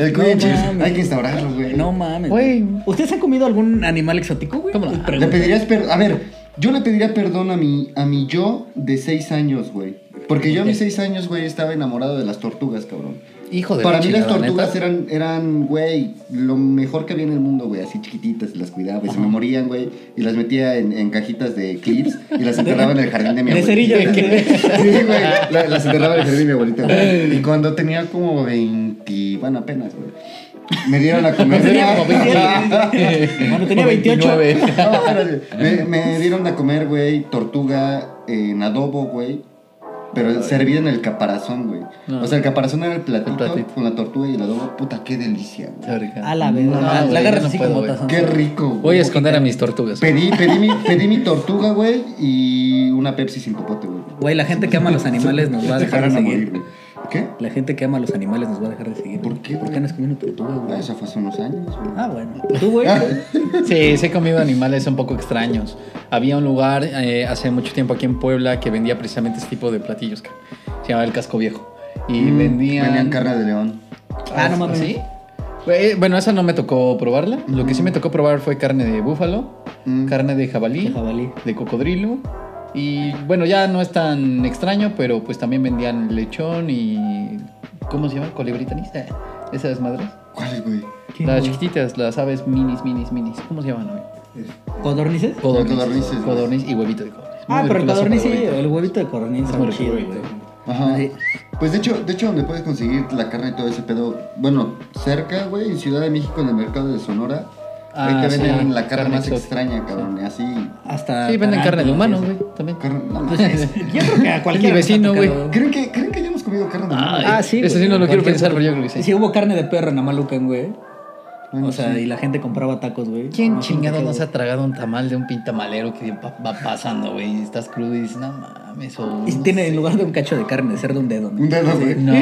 Speaker 2: El cuy
Speaker 1: No
Speaker 2: en chile.
Speaker 1: mames.
Speaker 2: Hay que instaurarlo, güey.
Speaker 1: No mames.
Speaker 3: Güey.
Speaker 1: ¿Ustedes han comido algún animal exótico, güey?
Speaker 3: ¿Cómo no?
Speaker 2: Le
Speaker 1: Pregunta.
Speaker 2: pedirías perdón. A ver, yo le pediría perdón a mi, a mi yo de 6 años, güey. Porque yo a mis 6 años, güey, estaba enamorado de las tortugas, cabrón.
Speaker 3: Hijo de
Speaker 2: Para
Speaker 3: la
Speaker 2: mí las
Speaker 3: chingada,
Speaker 2: tortugas
Speaker 3: neta.
Speaker 2: eran, eran, güey, lo mejor que había en el mundo, güey. Así chiquititas, las cuidaba, y se me morían, güey. Y las metía en, en cajitas de clips y las enterraba en el jardín de mi
Speaker 1: De
Speaker 2: abuelita.
Speaker 1: cerillo, ¿de qué?
Speaker 2: Sí, güey. la- Las enterraba en el jardín de mi abuelita, güey. Y cuando tenía como 20, bueno, apenas, güey. Me dieron a comer.
Speaker 1: Cuando tenía,
Speaker 2: Ah, (laughs)
Speaker 1: cuando tenía 28.
Speaker 3: 29.
Speaker 2: no, espérate. me, me dieron a comer, güey, tortuga eh, en adobo, güey. Pero servida en el caparazón, güey.
Speaker 3: No.
Speaker 2: O sea, el caparazón era el platito,
Speaker 3: Ah. El platito.
Speaker 2: con la tortuga y el adobo. Puta, qué delicia, güey.
Speaker 3: Está rica.
Speaker 1: A la verga.
Speaker 3: No,
Speaker 1: la-
Speaker 3: güey,
Speaker 1: la agarras
Speaker 3: yo no
Speaker 1: así
Speaker 3: puedo,
Speaker 1: como
Speaker 3: güey.
Speaker 1: tazón.
Speaker 2: Qué rico, güey.
Speaker 3: Voy a esconder a mis tortugas.
Speaker 2: Pedí, pedí, mi, pedí mi tortuga, güey, y una Pepsi sin popote, güey.
Speaker 1: Güey, la gente que ama a los animales nos va a dejar de
Speaker 2: Dejaron a morir,
Speaker 1: seguir.
Speaker 2: güey. ¿Qué?
Speaker 1: La gente que ama a los animales nos va a dejar de seguir.
Speaker 2: ¿Por qué,
Speaker 1: ¿Por
Speaker 2: güey?
Speaker 1: qué no has comido tortuga,
Speaker 2: Ah,
Speaker 1: güey?
Speaker 2: Eso fue hace unos años, güey.
Speaker 1: Ah, bueno. ¿Tú, güey?
Speaker 3: Sí, sí he comido animales un poco extraños. Había un lugar eh, hace mucho tiempo aquí en Puebla que vendía precisamente este tipo de platillos. ca- Se llamaba El Casco Viejo. Y
Speaker 2: Mm,
Speaker 3: vendían...
Speaker 2: Vendían carne de león.
Speaker 1: Ah, no mames.
Speaker 3: ¿Sí? Eh, Bueno, esa no me tocó probarla. Lo que sí me tocó probar fue carne de búfalo,
Speaker 2: Mm.
Speaker 3: carne de jabalí,
Speaker 1: De jabalí.
Speaker 3: de cocodrilo. Y bueno, ya no es tan extraño, pero pues también vendían lechón y... ¿Cómo se llama? Colibritanista. Esas madres.
Speaker 2: ¿Cuáles, güey?
Speaker 1: ¿Qué,
Speaker 3: Las
Speaker 1: güey?
Speaker 3: chiquititas, las aves minis, minis, minis. ¿Cómo se llaman? güey?
Speaker 1: ¿Codornices?
Speaker 2: Codornices, güey.
Speaker 3: Codorniz y huevito de codorniz.
Speaker 1: Ah,
Speaker 3: Muy
Speaker 1: pero el
Speaker 3: rico la sopa
Speaker 1: codorniz sí,
Speaker 3: de huevito.
Speaker 1: el huevito de codorniz
Speaker 3: Es
Speaker 1: está
Speaker 3: muy
Speaker 1: muy chido,
Speaker 3: rico,
Speaker 1: güey.
Speaker 2: Ajá.
Speaker 1: Sí.
Speaker 2: Pues de hecho, de hecho, donde puedes conseguir la carne y todo ese pedo, bueno, cerca, güey, en Ciudad de México, en el mercado de Sonora, ahí
Speaker 3: Ah,
Speaker 2: te venden
Speaker 3: sí,
Speaker 2: la carne,
Speaker 3: carne
Speaker 2: más
Speaker 3: exótica.
Speaker 2: extraña, cabrón, y así.
Speaker 1: Hasta
Speaker 3: Sí, venden Ah, carne de
Speaker 1: tarántulas,
Speaker 3: humano,
Speaker 1: sí.
Speaker 3: güey, también.
Speaker 2: Carne, no,
Speaker 1: Pues
Speaker 3: (laughs)
Speaker 1: es- yo creo que a cualquier
Speaker 3: vecino, güey.
Speaker 2: ¿Creen que, ¿Creen que hayamos comido carne de humano?
Speaker 3: Ay,
Speaker 1: Ah, sí.
Speaker 3: Eso
Speaker 1: güey,
Speaker 3: sí no lo quiero
Speaker 1: cualquier-
Speaker 3: pensar, pero yo creo que sí. Ah,
Speaker 1: Sí, hubo carne de perro en Amalucan, güey.
Speaker 2: Bueno,
Speaker 1: o sea,
Speaker 2: sí.
Speaker 1: y la gente compraba tacos, güey.
Speaker 3: ¿Quién
Speaker 1: Imagínate
Speaker 3: chingado
Speaker 1: que-
Speaker 3: no se ha tragado un tamal de un pintamalero que va, va pasando, güey? Y estás crudo y dices, no mames, o...
Speaker 1: Y
Speaker 3: no
Speaker 1: tiene
Speaker 3: sé".
Speaker 1: en lugar de un cacho de carne, de cerdo, un dedo. ¿no?
Speaker 2: Un dedo, güey.
Speaker 3: No,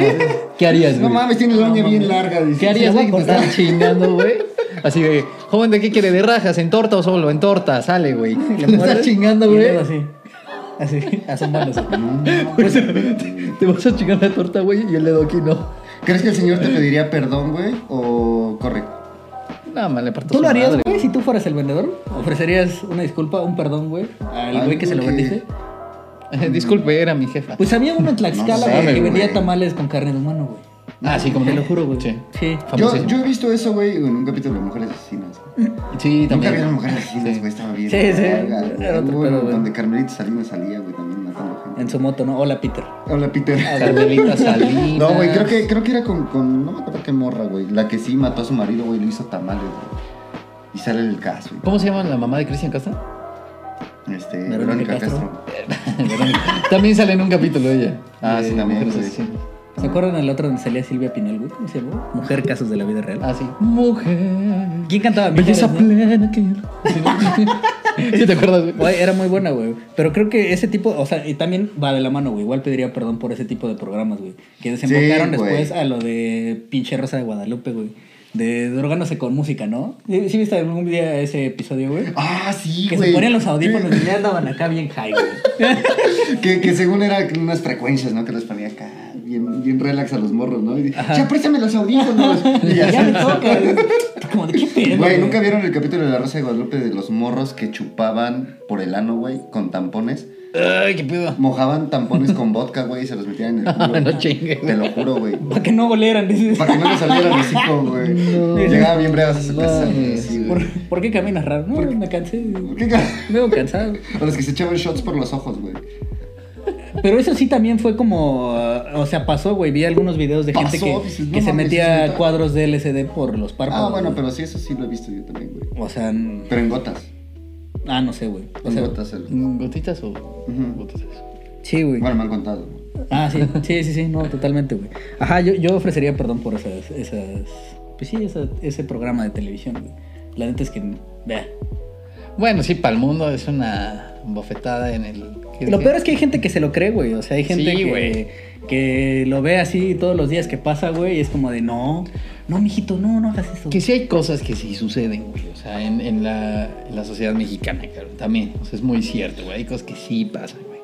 Speaker 3: ¿qué harías,
Speaker 2: (laughs) No
Speaker 3: güey?
Speaker 2: mames, tiene la uña bien larga. dice.
Speaker 3: ¿Qué harías, güey, que te están chingando, güey? (laughs) Así de, joven, ¿de qué quiere? ¿De rajas? ¿En torta o solo? En torta, sale, (laughs) güey.
Speaker 1: Le
Speaker 3: Te estás
Speaker 1: muerdes
Speaker 3: chingando,
Speaker 1: y el
Speaker 3: güey.
Speaker 1: dedo Así,
Speaker 3: (laughs)
Speaker 1: así, asomándose. Pues,
Speaker 3: Te vas a chingar la torta, güey, y el dedo aquí no.
Speaker 2: ¿Crees que el
Speaker 3: (laughs)
Speaker 2: señor te pediría perdón, güey? ¿O corre?
Speaker 3: Nada más le parto
Speaker 1: ¿Tú
Speaker 3: su
Speaker 1: lo harías,
Speaker 3: madre.
Speaker 1: güey, si tú fueras el vendedor? ¿Ofrecerías una disculpa, un perdón, güey, al
Speaker 2: Ay,
Speaker 1: güey que se lo
Speaker 2: güey.
Speaker 1: vendiste?
Speaker 3: (laughs) Disculpe, era mi jefa.
Speaker 1: Pues había uno en Tlaxcala,
Speaker 2: No
Speaker 1: güey,
Speaker 2: sabe,
Speaker 1: que vendía
Speaker 2: güey.
Speaker 1: tamales con carne de humano, güey.
Speaker 3: Ah, sí, como
Speaker 1: Te
Speaker 3: no.
Speaker 1: lo juro, güey.
Speaker 3: Sí.
Speaker 1: Sí.
Speaker 2: Yo,
Speaker 3: Famosísimo.
Speaker 2: yo he visto eso, güey, en un capítulo de Mujeres Asesinas. güey.
Speaker 3: Sí,
Speaker 2: Nunca
Speaker 3: también.
Speaker 2: vieron Mujeres Asesinas,
Speaker 3: Sí.
Speaker 2: güey, estaba bien.
Speaker 1: Sí, sí,
Speaker 2: verga, güey.
Speaker 1: era otro
Speaker 2: Hubo uno
Speaker 1: pedo, güey.
Speaker 2: Donde Carmelita Salinas salía, güey, también matando gente.
Speaker 1: En su moto, ¿no? Hola, Peter.
Speaker 2: Hola, Peter.
Speaker 3: Carmelita Salinas.
Speaker 2: (laughs) No, güey, creo que, creo que era con, con- No me acuerdo qué morra, güey. La que sí mató a su marido, güey, lo hizo tamales, güey. Y sale el caso, güey.
Speaker 3: ¿Cómo se llama la mamá de Cristian Castro?
Speaker 2: Este,
Speaker 1: Verónica
Speaker 2: Verónica Castro.
Speaker 3: Verónica. también sale en un capítulo ella.
Speaker 2: Ah,
Speaker 3: De
Speaker 2: sí, también,
Speaker 3: Mujeres
Speaker 2: güey.
Speaker 3: Asesinas.
Speaker 1: ¿Se acuerdan del otro donde salía Silvia Pinal, güey? ¿Cómo se llamó? Mujer, casos de la vida real.
Speaker 3: Ah, sí. Mujer.
Speaker 1: ¿Quién cantaba?
Speaker 3: Belleza
Speaker 1: Mijares, no?
Speaker 3: plena que. (laughs) Sí, ¿Sí te acuerdas, güey?
Speaker 1: (laughs) Güey, era muy buena, güey. Pero creo que ese tipo, o sea, y también va de la mano, güey. Igual pediría perdón por ese tipo de programas, güey. Que desembocaron
Speaker 2: Sí, güey.
Speaker 1: después a lo de pinche Rosa de Guadalupe, güey. De drogándose con música, ¿no? ¿Sí, sí viste algún día ese episodio, güey?
Speaker 2: Ah, sí,
Speaker 1: que
Speaker 2: güey.
Speaker 1: se ponían los audífonos y ya andaban acá bien high, güey.
Speaker 2: Que, que según eran unas frecuencias, ¿no? Que les ponía acá, bien, bien relax a los morros, ¿no? Y, ya, préstame los audífonos. (laughs) Y ya.
Speaker 1: ya me toca, güey. Como de qué pedo.
Speaker 2: Güey, ¿nunca vieron el capítulo de La Rosa de Guadalupe de los morros que chupaban por el ano, güey, con tampones?
Speaker 3: Ay, qué pedo.
Speaker 2: Mojaban tampones con vodka, güey, y se los metían en el culo.
Speaker 3: No chingues.
Speaker 2: Te lo juro, güey.
Speaker 1: Para que no golearan, dices.
Speaker 2: Para que no le saliera el hocico, güey. Llegaba bien brevas a su casa, güey.
Speaker 3: Mames.
Speaker 2: así,
Speaker 1: (laughs)
Speaker 2: güey.
Speaker 1: ¿Por, por qué caminas raro? No, me cansé.
Speaker 2: ¿Por qué ca-
Speaker 1: Me veo cansado.
Speaker 2: A los que se echaban shots por los ojos, güey.
Speaker 1: Pero eso sí también fue como, uh, o sea, pasó, güey. Vi algunos videos de gente
Speaker 2: Pasó,
Speaker 1: que,
Speaker 2: dices, no
Speaker 1: que se
Speaker 2: mames,
Speaker 1: metía
Speaker 2: es neta.
Speaker 1: cuadros de LCD por los párpados.
Speaker 2: Ah, bueno,
Speaker 1: güey.
Speaker 2: pero sí, eso sí lo he visto yo también, güey.
Speaker 1: O sea, n-
Speaker 2: Pero en gotas.
Speaker 1: ah, no sé, güey. O
Speaker 2: En
Speaker 1: sea,
Speaker 2: gotas. el-
Speaker 3: ¿Gotitas o gotas?
Speaker 1: sí, güey.
Speaker 2: Bueno, me han contado. güey.
Speaker 1: Ah, sí, sí, sí, sí, no, totalmente, güey. Ajá, yo, yo ofrecería perdón por esas, esas, pues sí, esa- ese programa de televisión, güey. La neta es que, vea.
Speaker 3: Bueno, sí, para el mundo es una bofetada en el.
Speaker 1: Lo peor es que hay gente que se lo cree, güey. O sea, hay gente
Speaker 3: Sí,
Speaker 1: que,
Speaker 3: güey.
Speaker 1: que lo ve así todos los días que pasa, güey, y es como de, no, no, mijito, no, no hagas eso.
Speaker 3: Que sí hay cosas que sí suceden, güey. O sea, en, en la, en la sociedad mexicana, claro, también. O sea, es muy cierto, güey. Hay cosas que sí pasan, güey.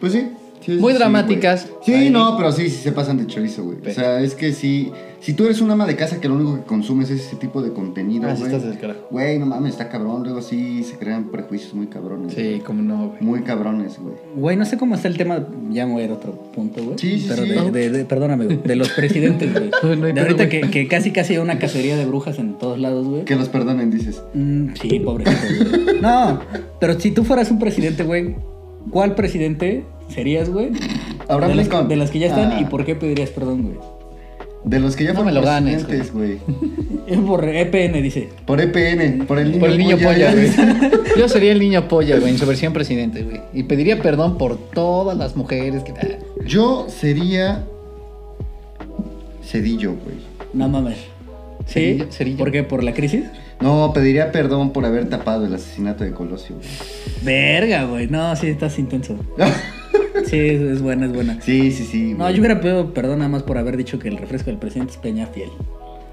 Speaker 2: Pues sí. Sí, sí,
Speaker 3: muy
Speaker 2: sí,
Speaker 3: dramáticas.
Speaker 2: güey. Sí,
Speaker 3: Ahí.
Speaker 2: no, pero sí, sí se pasan de chorizo, güey. O sea, es que sí. Si tú eres un ama de casa que lo único que consumes es ese tipo de contenido,
Speaker 3: Ah, sí
Speaker 2: güey.
Speaker 3: estás del carajo.
Speaker 2: Güey, no mames, está cabrón. Luego sí se crean prejuicios muy cabrones.
Speaker 3: Sí, como no, güey.
Speaker 2: Muy cabrones, güey.
Speaker 1: Güey, no sé cómo está el tema. Ya me voy a ir a otro punto, güey.
Speaker 2: Sí, sí,
Speaker 1: Pero
Speaker 2: sí.
Speaker 1: de-
Speaker 2: No.
Speaker 1: de- de- perdóname, güey. De los presidentes,
Speaker 2: (laughs)
Speaker 1: güey.
Speaker 3: No, no hay
Speaker 1: de ahorita
Speaker 3: pedo,
Speaker 1: que,
Speaker 3: güey.
Speaker 1: que casi casi hay una cacería de brujas en todos lados, güey.
Speaker 2: Que los perdonen, dices.
Speaker 1: Mm, sí, pobrecito, güey. No, pero si tú fueras un presidente, güey, ¿cuál presidente serías, güey?
Speaker 2: Abraham
Speaker 1: de, las,
Speaker 2: Lincoln.
Speaker 1: de las que ya están,
Speaker 2: Ah.
Speaker 1: ¿y por qué pedirías perdón, güey?
Speaker 2: De los que ya
Speaker 3: No
Speaker 2: fueron
Speaker 3: me lo ganes,
Speaker 2: presidentes, güey.
Speaker 1: Es por EPN, dice.
Speaker 2: Por EPN, por el niño,
Speaker 3: Por el niño
Speaker 2: ya,
Speaker 3: polla, güey. Yo sería el niño polla, güey, en su versión presidente, güey. Y pediría perdón por todas las mujeres que. Ah,
Speaker 2: Yo sería. Cedillo, güey.
Speaker 1: No mames. ¿Sí?
Speaker 3: Cerillo, cerillo.
Speaker 1: ¿Por qué? ¿Por la crisis?
Speaker 2: No, pediría perdón por haber tapado el asesinato de Colosio, güey. (laughs)
Speaker 1: Verga, güey. No, sí, estás intenso. Sí, es, es buena, es buena.
Speaker 2: Sí, sí, sí.
Speaker 1: No,
Speaker 2: güey.
Speaker 1: yo hubiera pedido perdón nada más por haber dicho que el refresco del presidente es Peña Fiel.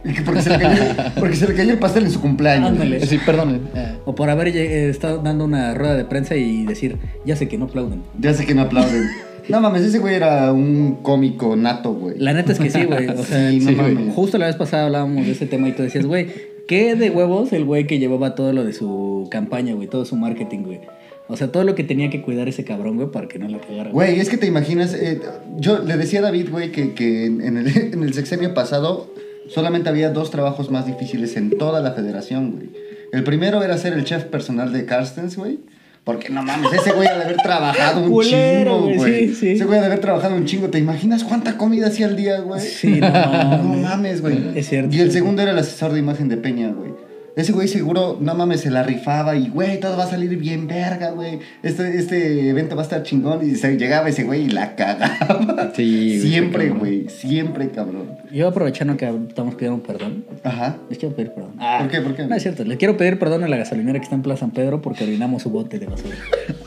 Speaker 2: Y que (laughs) Porque se, le cayó, porque se le cayó el pastel en su cumpleaños.
Speaker 1: Ándale.
Speaker 2: güey.
Speaker 3: Sí, perdón. Ah.
Speaker 1: O por haber eh, estado dando una rueda de prensa y decir, ya sé que no aplauden.
Speaker 2: Ya sé que no aplauden. No mames, ese güey era un cómico nato, güey.
Speaker 1: La neta es que (laughs) sí, güey. O sea,
Speaker 2: Sí, no
Speaker 3: sí, güey.
Speaker 2: mames.
Speaker 1: Justo la vez pasada hablábamos de ese tema y tú decías, güey, qué de huevos el güey que llevaba todo lo de su campaña, güey, todo su marketing, güey. O sea, todo lo que tenía que cuidar ese cabrón, güey, para que no la cagara.
Speaker 2: Güey, es que te imaginas. eh, yo le decía a David, güey, que, que en, en el, (laughs) en el sexenio pasado solamente había dos trabajos más difíciles en toda la federación, güey. El primero era ser el chef personal de Carstens, güey. Porque no mames, ese güey ha de haber trabajado un
Speaker 1: Culero,
Speaker 2: chingo,
Speaker 1: güey,
Speaker 2: güey.
Speaker 1: sí, sí.
Speaker 2: Ese güey ha de haber trabajado un chingo. ¿Te imaginas cuánta comida hacía al día, güey?
Speaker 1: Sí, no
Speaker 2: (laughs) No
Speaker 1: mames.
Speaker 2: mames, güey.
Speaker 1: Es cierto.
Speaker 2: Y el segundo era el asesor de imagen de Peña, güey. Ese güey seguro, no mames, se la rifaba y, güey, todo va a salir bien verga, güey. Este, este evento va a estar chingón. Y se llegaba ese güey y
Speaker 1: (laughs)
Speaker 2: la cagaba.
Speaker 3: Sí, güey,
Speaker 2: Siempre,
Speaker 3: cabrón.
Speaker 2: güey. Siempre, cabrón.
Speaker 1: Yo aprovechando que estamos pidiendo perdón,
Speaker 2: Ajá.
Speaker 1: les quiero pedir perdón.
Speaker 2: ¿Por qué? ¿Por qué?
Speaker 1: Ah. No es cierto, le quiero pedir perdón a la gasolinera que está en Plaza San Pedro porque orinamos su bote de
Speaker 2: (laughs)
Speaker 1: basura.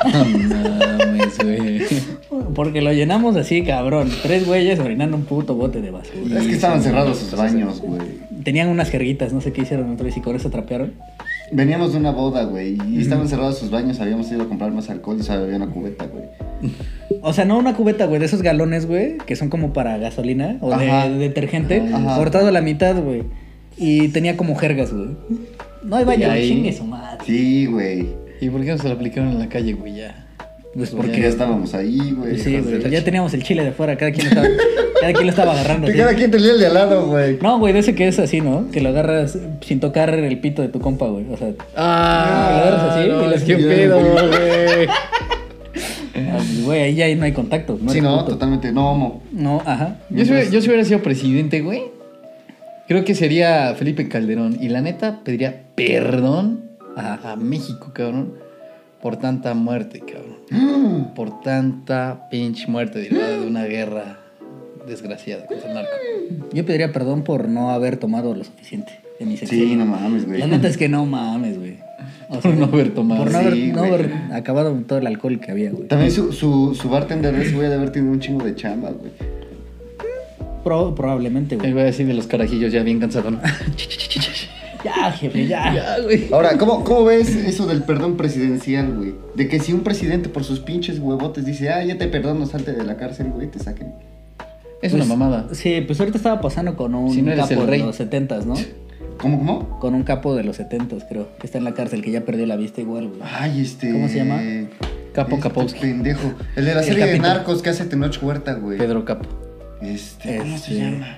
Speaker 3: No mames, güey.
Speaker 1: Porque lo llenamos así, cabrón. Tres güeyes orinando un puto bote de basura.
Speaker 2: Es que estaban cerrados sus baños, güey.
Speaker 1: Tenían unas jerguitas, no sé qué hicieron otra vez y con eso trapearon.
Speaker 2: Veníamos de una boda, güey. Y estaban cerrados sus baños. Habíamos ido a comprar más alcohol y solo había una cubeta, güey.
Speaker 1: O sea, no una cubeta, güey, de esos galones, güey, que son como para gasolina o de,
Speaker 2: Ajá.
Speaker 1: de detergente,
Speaker 2: Ajá.
Speaker 1: cortado a la mitad, güey. Y tenía como jergas, güey. No hay baño,
Speaker 3: Y ahí-
Speaker 1: chingue su madre.
Speaker 2: Sí, güey.
Speaker 3: ¿Y por qué no se lo aplicaron en la calle, güey? Ya.
Speaker 1: Pues
Speaker 2: Porque ya
Speaker 1: porque. pues
Speaker 2: estábamos ahí, güey.
Speaker 1: Sí,
Speaker 2: hijos de
Speaker 1: güey,
Speaker 2: la
Speaker 1: ya teníamos el chile de fuera, cada quien lo estaba, cada quien lo estaba agarrando.
Speaker 2: (laughs) ch-
Speaker 1: así.
Speaker 2: Cada quien tenía el de al lado, güey.
Speaker 1: No, güey, de ese que es así, ¿no? Que lo agarras sin tocar el pito de tu compa, güey. O sea,
Speaker 3: Ah,
Speaker 1: ¿lo agarras así?
Speaker 3: no,
Speaker 1: Y le-
Speaker 3: es que pedo, güey.
Speaker 1: ah, pues, güey, ahí ya no hay contacto. No
Speaker 2: sí,
Speaker 1: eres
Speaker 2: no,
Speaker 1: puto.
Speaker 2: totalmente. No, homo.
Speaker 1: No, ajá.
Speaker 3: Yo si, hubiera, yo si hubiera sido presidente, güey, creo que sería Felipe Calderón. Y la neta, pediría perdón a, a México, cabrón, por tanta muerte, cabrón. (gasps) Por tanta pinche muerte derivada de una guerra desgraciada contra el narco. (laughs)
Speaker 1: Yo pediría perdón por no haber tomado lo suficiente en mi sección.
Speaker 2: Sí, no mames, güey.
Speaker 1: La neta es que no mames, güey. O sea,
Speaker 3: Por no haber tomado.
Speaker 1: por no haber,
Speaker 2: Sí,
Speaker 1: no
Speaker 2: güey.
Speaker 1: haber acabado con todo el alcohol que había, güey.
Speaker 2: También su, su, su bartender es, güey, ha de haber tenido un chingo de chamba, güey.
Speaker 1: Pro- probablemente,
Speaker 3: Ahí
Speaker 1: güey.
Speaker 3: voy a decir de los carajillos ya bien cansado.
Speaker 1: Ya, jefe, ya.
Speaker 3: ya, güey.
Speaker 2: Ahora, ¿cómo, ¿cómo ves eso del perdón presidencial, güey? De que si un presidente por sus pinches huevotes dice, ah, ya te perdono, salte de la cárcel, güey, te saquen.
Speaker 3: (laughs) Es una
Speaker 1: Pues,
Speaker 3: mamada.
Speaker 1: Sí, pues ahorita estaba pasando con un
Speaker 3: Si no eres
Speaker 1: capo
Speaker 3: el rey.
Speaker 1: de los setentas, ¿no?
Speaker 2: ¿Cómo, cómo?
Speaker 1: Con un capo de los setentas, creo. Que está en la cárcel, que ya perdió la vista igual, güey.
Speaker 3: Ah.
Speaker 2: Ay, este...
Speaker 1: ¿Cómo se llama?
Speaker 3: Capo
Speaker 2: este
Speaker 3: Kapowski.
Speaker 2: pendejo. El de la
Speaker 1: El
Speaker 2: serie de
Speaker 1: capítulo.
Speaker 2: narcos que hace Tenoch Huerta, güey.
Speaker 3: Pedro Capo.
Speaker 2: Este, ¿cómo se
Speaker 1: Este.
Speaker 2: llama?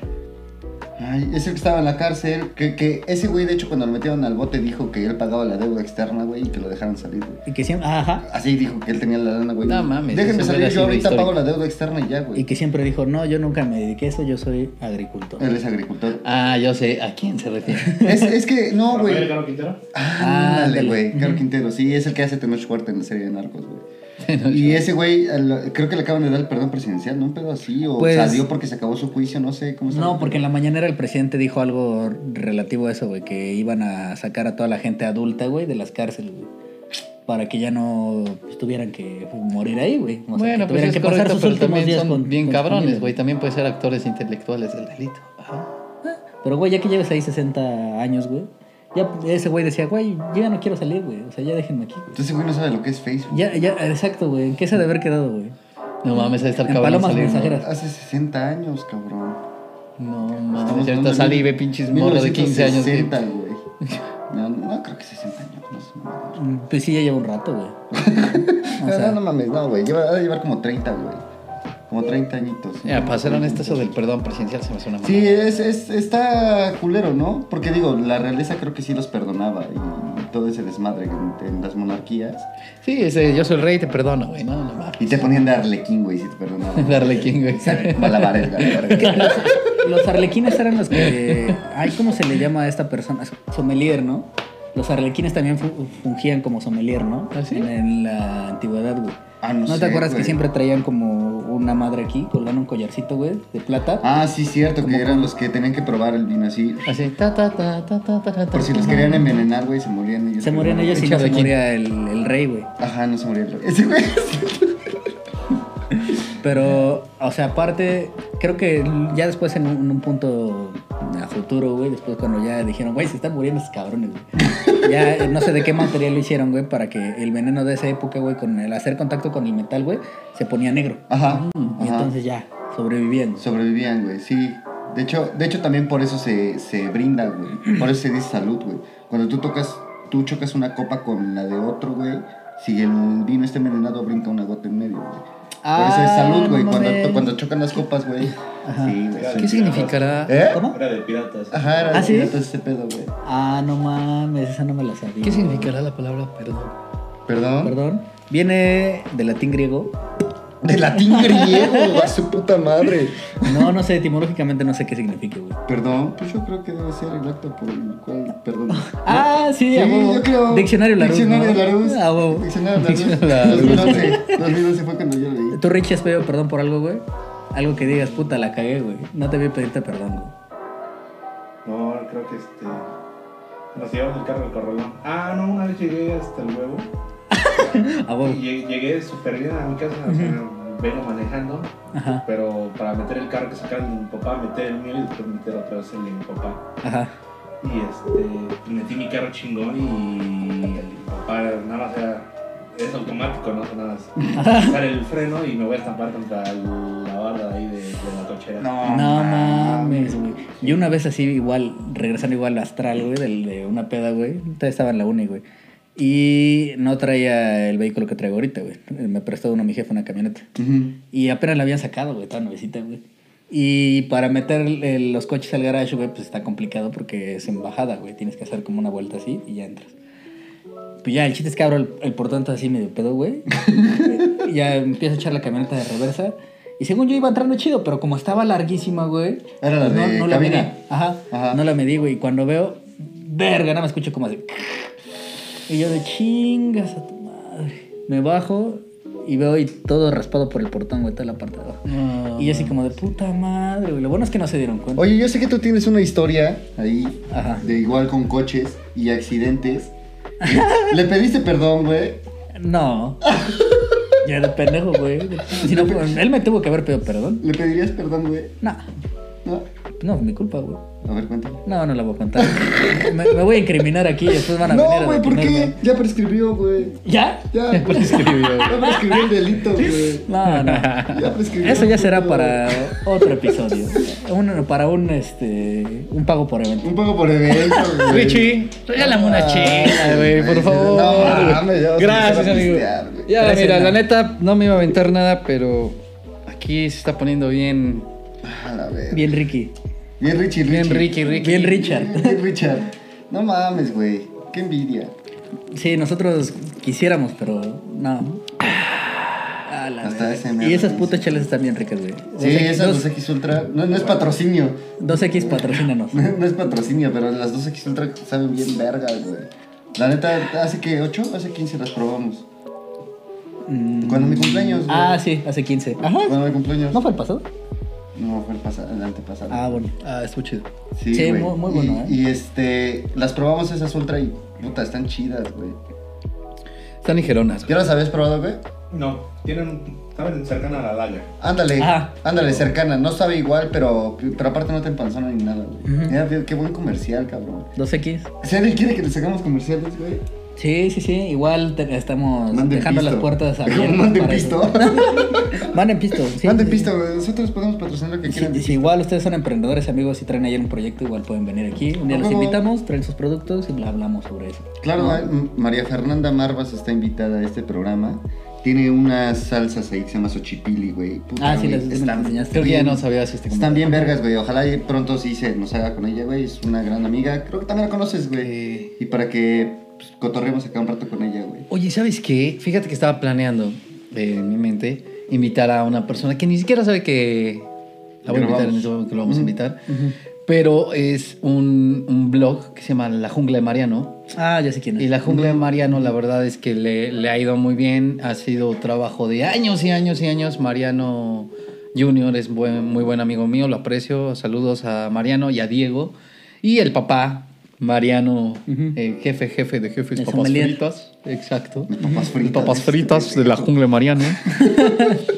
Speaker 2: Ay, es el que estaba en la cárcel. Que, que ese güey, de hecho, cuando lo metieron al bote, dijo que él pagaba la deuda externa, güey, y que lo dejaron salir, güey.
Speaker 1: Y que siempre, ajá.
Speaker 2: Así dijo que él tenía la lana, güey.
Speaker 3: No mames,
Speaker 2: Déjenme
Speaker 3: eso
Speaker 2: salir,
Speaker 3: hubiera
Speaker 2: yo
Speaker 3: sido
Speaker 2: ahorita
Speaker 3: histórico.
Speaker 2: pago la deuda externa y ya,
Speaker 1: Y
Speaker 2: güey.
Speaker 1: que siempre dijo, no, yo nunca me dediqué a eso, yo soy agricultor.
Speaker 2: Él es agricultor.
Speaker 3: Ah, yo sé. ¿A quién se refiere?
Speaker 2: es, es que,
Speaker 4: (laughs)
Speaker 2: no,
Speaker 4: Rafael
Speaker 2: güey.
Speaker 4: Caro Quintero.
Speaker 2: Ah, Ándale,
Speaker 1: ándale.
Speaker 2: güey. Caro Quintero, sí, es el que hace Tenoch Huerta en la serie de Narcos, güey. Y ese güey, al- creo que le acaban de dar el perdón presidencial, ¿no? Un pedo así, o
Speaker 1: Pues-
Speaker 2: salió porque se acabó su juicio, no sé cómo se
Speaker 1: No, porque en la mañanera el presidente dijo algo relativo a eso, güey, que iban a sacar a toda la gente adulta, güey, de las cárceles, güey. Para que ya no pues, tuvieran que morir ahí, güey. O sea,
Speaker 3: Bueno,
Speaker 1: que
Speaker 3: pues
Speaker 1: tuvieran
Speaker 3: es
Speaker 1: que pasar
Speaker 3: correcto,
Speaker 1: sus
Speaker 3: pero
Speaker 1: últimos
Speaker 3: también
Speaker 1: días
Speaker 3: son
Speaker 1: con-
Speaker 3: bien
Speaker 1: con su
Speaker 3: cabrones,
Speaker 1: familia.
Speaker 3: güey. También puede ser actores intelectuales del delito. Ajá.
Speaker 1: Pero, güey, ya que lleves ahí 60 años, güey, ya ese güey decía, güey, yo ya no quiero salir, güey. O sea, ya déjenme aquí, güey.
Speaker 2: Entonces, ese güey no sabe lo que es Facebook.
Speaker 1: Ya, ya, exacto, güey. ¿En qué se ha de haber quedado, güey?
Speaker 3: No mames, a estar
Speaker 1: En
Speaker 3: cabrón
Speaker 1: Palomas
Speaker 3: salir, ¿no?
Speaker 1: Mensajeras.
Speaker 2: Hace 60 años, cabrón.
Speaker 3: No
Speaker 2: Estamos
Speaker 3: mames, ahorita
Speaker 2: hablando
Speaker 3: sale
Speaker 2: de
Speaker 3: y ve pinches morros de 15 años. que-
Speaker 2: 1960, güey. No, no creo que 60 años. No, sé, no,
Speaker 1: Mm, Pues sí, ya lleva un rato,
Speaker 3: (laughs)
Speaker 1: güey. O
Speaker 2: no,
Speaker 1: sea,
Speaker 2: Ah, no mames, no, güey. Lleva, ha de llevar como 30, güey. Como 30 añitos.
Speaker 3: Mira, para ser honesto, eso del perdón presidencial se me hace una mamada.
Speaker 2: Sí, es, es, está culero, ¿no? Porque digo, la realeza creo que sí los perdonaba y todo ese desmadre en, en las monarquías.
Speaker 3: Sí, ese yo soy el rey, te perdono, güey. No, no mames.
Speaker 2: Y te ponían de arlequín, güey, si te
Speaker 1: (laughs)
Speaker 2: perdonaban.
Speaker 3: Darle king, güey.
Speaker 2: Malabares, güey.
Speaker 1: los arlequines eran los que. Ay, ¿cómo se le llama a esta persona? Sommelier, ¿no? Los arlequines también fu- fungían como sommelier, ¿no?
Speaker 3: ¿Ah, sí?
Speaker 1: en, en la antigüedad, güey.
Speaker 2: Ah,
Speaker 1: ¿No,
Speaker 2: sé,
Speaker 1: te acuerdas
Speaker 2: güey.
Speaker 1: que siempre traían como una madre aquí, colgando un collarcito, güey, de plata?
Speaker 2: Ah, sí, cierto, que
Speaker 1: Como
Speaker 2: eran los que tenían que probar el vino así.
Speaker 3: Así, ta, ta, ta, ta, ta, ta, ta,
Speaker 2: Por si
Speaker 3: ta,
Speaker 2: los
Speaker 3: ta.
Speaker 2: querían envenenar, güey, se morían ellos.
Speaker 1: se morían ellos y no se
Speaker 3: Arlequín.
Speaker 1: moría el, el rey, güey.
Speaker 2: Ajá, no se moría el rey. (laughs) Ese güey.
Speaker 1: Pero, o sea, aparte, creo que ya después en un, en un punto a futuro, güey, después cuando ya dijeron, güey, se están muriendo esos cabrones, güey. ya eh, no sé de qué material lo hicieron, güey, para que el veneno de esa época, güey, con el hacer contacto con el metal, güey, se ponía negro.
Speaker 2: Ajá.
Speaker 1: Mm, Y
Speaker 2: ajá.
Speaker 1: entonces ya, sobreviviendo.
Speaker 2: Sobrevivían, güey, sí. De hecho, de hecho también por eso se, se brinda, güey. Por eso se dice salud, güey. Cuando tú tocas, tú chocas una copa con la de otro, güey. Si el vino está envenenado, brinca una gota en medio, güey. Por
Speaker 1: Ah,
Speaker 2: eso es salud, güey.
Speaker 3: Ah, no
Speaker 2: Cuando,
Speaker 3: mames.
Speaker 2: cuando chocan las copas, güey.
Speaker 1: Ajá.
Speaker 2: Sí, güey.
Speaker 3: ¿Qué
Speaker 2: sí.
Speaker 3: significará?
Speaker 2: ¿Eh?
Speaker 1: ¿Cómo?
Speaker 4: Era de piratas.
Speaker 2: Ajá, era
Speaker 1: ¿Ah, sí?
Speaker 2: entonces ese pedo, güey.
Speaker 1: Ah, no mames, esa no me la sabía.
Speaker 3: ¿Qué significará la palabra perdón?
Speaker 2: ¿Perdón?
Speaker 1: Perdón. Viene del latín griego.
Speaker 2: De latín
Speaker 1: (laughs)
Speaker 2: griego, güey, su puta madre.
Speaker 1: No, no sé, etimológicamente no sé qué significa, güey.
Speaker 2: Perdón, pues yo creo que debe ser el acto por el cual perdón.
Speaker 1: Ah, sí,
Speaker 2: Sí,
Speaker 1: a huevo.
Speaker 2: yo creo.
Speaker 1: Diccionario Larousse.
Speaker 2: Diccionario
Speaker 1: ¿no?
Speaker 2: Larousse.
Speaker 1: A huevo. (laughs)
Speaker 2: Diccionario Larousse.
Speaker 3: Diccionario
Speaker 2: 2011.
Speaker 3: Larousse.
Speaker 2: 2011 fue cuando yo leí.
Speaker 1: ¿Tú, Richie, has pedido perdón por algo, güey? Algo que digas, puta, la cagué, güey. No te voy a pedirte perdón, güey.
Speaker 4: No, creo que este. Nos llevamos el carro al corralón. Ah, no, una vez llegué hasta el huevo.
Speaker 1: A
Speaker 4: Y
Speaker 1: huevo.
Speaker 4: lle- llegué súper bien a mi casa. O sea, vengo manejando.
Speaker 1: Ajá,
Speaker 4: Pero para meter el carro que sacaron de mi papá, meter el mío y después meter otra vez el de mi papá.
Speaker 1: ajá.
Speaker 4: Y este, metí mi carro chingón y el de mi papá nada más era. Es automático, no nada más. Pisar el freno y me voy a estampar contra el- la barra de ahí de, de la cochera.
Speaker 1: No mames, güey. Yo una vez así, igual, regresando igual a Astral, güey, del- de una peda, güey. Todavía estaba en la uni, güey. Y no traía el vehículo que traigo ahorita, güey. Me prestó uno mi jefe una camioneta.
Speaker 2: Ujú.
Speaker 1: Y apenas la habían sacado, güey, toda nuevecita, güey. Y para meter eh, los coches al garage, güey, pues está complicado porque es embajada, güey. Tienes que hacer como una vuelta así y ya entras. Pues ya, el chiste es que abro el, el portón todo así medio pedo,
Speaker 2: (laughs)
Speaker 1: güey. Y ya empiezo a echar la camioneta de reversa. Y según yo iba entrando chido, pero como estaba larguísima, güey.
Speaker 2: Era la
Speaker 1: pues no,
Speaker 2: de
Speaker 1: no la medí.
Speaker 2: cabina.
Speaker 1: Ajá,
Speaker 2: Ajá.
Speaker 1: No la medí, güey. Y cuando veo, verga, nada más escucho como así. Y yo de chingas a tu madre. Me bajo y veo ahí todo raspado por el portón, güey, toda la parte de abajo.
Speaker 3: No.
Speaker 1: Y yo así como de puta madre, güey. Lo bueno es que no se dieron cuenta.
Speaker 2: Oye, yo sé que tú tienes una historia ahí
Speaker 1: Ajá.
Speaker 2: de igual con coches
Speaker 1: (laughs)
Speaker 2: y accidentes. Le pediste perdón, güey. (laughs)
Speaker 1: No. Ya era pendejo, güey. Si no, pues, él me tuvo que haber pedido perdón.
Speaker 2: ¿Le pedirías perdón, güey?
Speaker 1: No,
Speaker 2: No.
Speaker 1: no es mi culpa, güey.
Speaker 2: A ver, cuéntame.
Speaker 1: No, no la voy a contar. (laughs) Me, me voy a incriminar aquí y después van a venir
Speaker 2: No,
Speaker 1: a
Speaker 2: güey, ¿por qué?
Speaker 1: detenerme.
Speaker 2: Ya prescribió, güey.
Speaker 1: (laughs) ¿Ya?
Speaker 2: Ya, ya prescribió. Ya prescribió el delito, güey.
Speaker 1: (laughs) No, no.
Speaker 2: Ya prescribió.
Speaker 1: Eso ya será
Speaker 2: güey.
Speaker 1: para otro episodio. Un- para un este un pago por evento.
Speaker 2: Un poco por evento, güey.
Speaker 3: Richie, regálame una
Speaker 2: Ah,
Speaker 3: chela, güey, por
Speaker 2: sí,
Speaker 3: favor.
Speaker 2: no, mames, ya vas a
Speaker 3: Gracias,
Speaker 2: empezar a
Speaker 3: amigo.
Speaker 2: pistear, güey.
Speaker 3: Ya,
Speaker 1: Gracias,
Speaker 3: mira,
Speaker 1: nada.
Speaker 3: la neta no me iba a aventar nada, pero aquí se está poniendo bien,
Speaker 2: A la verga.
Speaker 1: Bien, Ricky.
Speaker 2: Bien Richie, Richie.
Speaker 3: bien Ricky, Ricky.
Speaker 1: Bien, Richard.
Speaker 2: (laughs) Bien Richard. No mames, güey. Qué envidia.
Speaker 1: Sí, nosotros quisiéramos, pero no. A la
Speaker 2: Hasta
Speaker 1: verga.
Speaker 2: ese me
Speaker 1: y esas
Speaker 2: arrepiento.
Speaker 1: putas chelas están bien ricas, güey.
Speaker 2: Sí, esas 2X Ultra. No, no es patrocinio. (laughs)
Speaker 1: 2X, patrocínanos.
Speaker 2: No, no es patrocinio, pero las 2X Ultra saben bien vergas, güey. La neta, hace que 8, hace 15 las probamos.
Speaker 1: Mm.
Speaker 2: Cuando mi cumpleaños, güey.
Speaker 1: Ah, sí, hace 15. Ajá.
Speaker 2: Cuando mi cumpleaños.
Speaker 1: ¿No fue el pasado?
Speaker 2: No, fue el, pasado, el antepasado.
Speaker 1: Ah, bueno.
Speaker 3: Ah, estuvo chido.
Speaker 2: Sí,
Speaker 1: Sí,
Speaker 2: güey.
Speaker 1: muy- muy
Speaker 2: Y-
Speaker 1: bueno, ¿eh?
Speaker 2: Y este, las probamos esas ultra y puta, están chidas, güey.
Speaker 3: Están ligeronas, güey.
Speaker 2: ¿Ya las habías probado, güey?
Speaker 4: No, tienen, saben, cercana a la laga.
Speaker 2: Ándale,
Speaker 1: Ajá.
Speaker 2: ándale, cercana. No sabe igual, pero, pero aparte no te empanzona ni nada, güey.
Speaker 1: Ujú.
Speaker 2: Mira, qué- qué buen comercial, cabrón.
Speaker 1: 2X.
Speaker 2: Si alguien quiere que le sacamos comerciales, pues, güey.
Speaker 1: Sí, sí, sí. Igual te- estamos
Speaker 2: Manden
Speaker 1: Pues, dejando
Speaker 2: pisto.
Speaker 1: las puertas abiertas.
Speaker 2: (laughs) Manden
Speaker 1: para
Speaker 2: pisto.
Speaker 1: eso. Manden pisto. (laughs) sí,
Speaker 2: (laughs) Manden
Speaker 1: sí,
Speaker 2: pista,
Speaker 1: sí.
Speaker 2: güey. Nosotros podemos patrocinar lo que
Speaker 1: Y
Speaker 2: quieran.
Speaker 1: Si, si igual ustedes son emprendedores, amigos, si traen ayer un proyecto, igual pueden venir aquí. Un día
Speaker 2: Ah,
Speaker 1: los
Speaker 2: huevo.
Speaker 1: invitamos, traen sus productos y bla, hablamos sobre eso.
Speaker 2: Claro,
Speaker 1: ¿No?
Speaker 2: ma- M- María Fernanda Marvas está invitada a este programa. Tiene unas salsas ahí que se llama Xochipili, güey. Puta,
Speaker 1: Ah, sí,
Speaker 2: güey,
Speaker 1: las las
Speaker 2: están-
Speaker 1: enseñaste.
Speaker 3: Creo que ya no sabía si este
Speaker 2: Están bien vergas, güey. Ojalá y pronto sí se nos haga con ella, güey. Es una gran amiga. Creo que también la conoces, güey.
Speaker 3: Eh,
Speaker 2: Y para que pues, cotorremos acá un rato con ella, güey.
Speaker 3: Oye, ¿sabes qué? Fíjate que estaba planeando eh, en mi mente invitar a una persona que ni siquiera sabe que la voy a
Speaker 2: Que lo
Speaker 3: invitar
Speaker 2: vamos.
Speaker 3: en este momento que lo vamos a
Speaker 2: Ujú.
Speaker 3: invitar. Pero es un, un blog que se llama La Jungla de Mariano.
Speaker 1: Ah, ya sé quién es. (laughs)
Speaker 3: Y La Jungla de Mariano, la verdad es que le, le ha ido muy bien. Ha sido trabajo de años y años y años. Mariano Junior es buen- muy buen amigo mío, lo aprecio. Saludos a Mariano y a Diego. Y el papá, Mariano,
Speaker 1: Ujú.
Speaker 3: eh, jefe, jefe de jefes,
Speaker 1: El
Speaker 3: papas
Speaker 1: sommelier.
Speaker 3: fritas. Exacto.
Speaker 1: Mm,
Speaker 2: Las papas fritas.
Speaker 3: Las papas fritas de la jungla de Mariano. (laughs)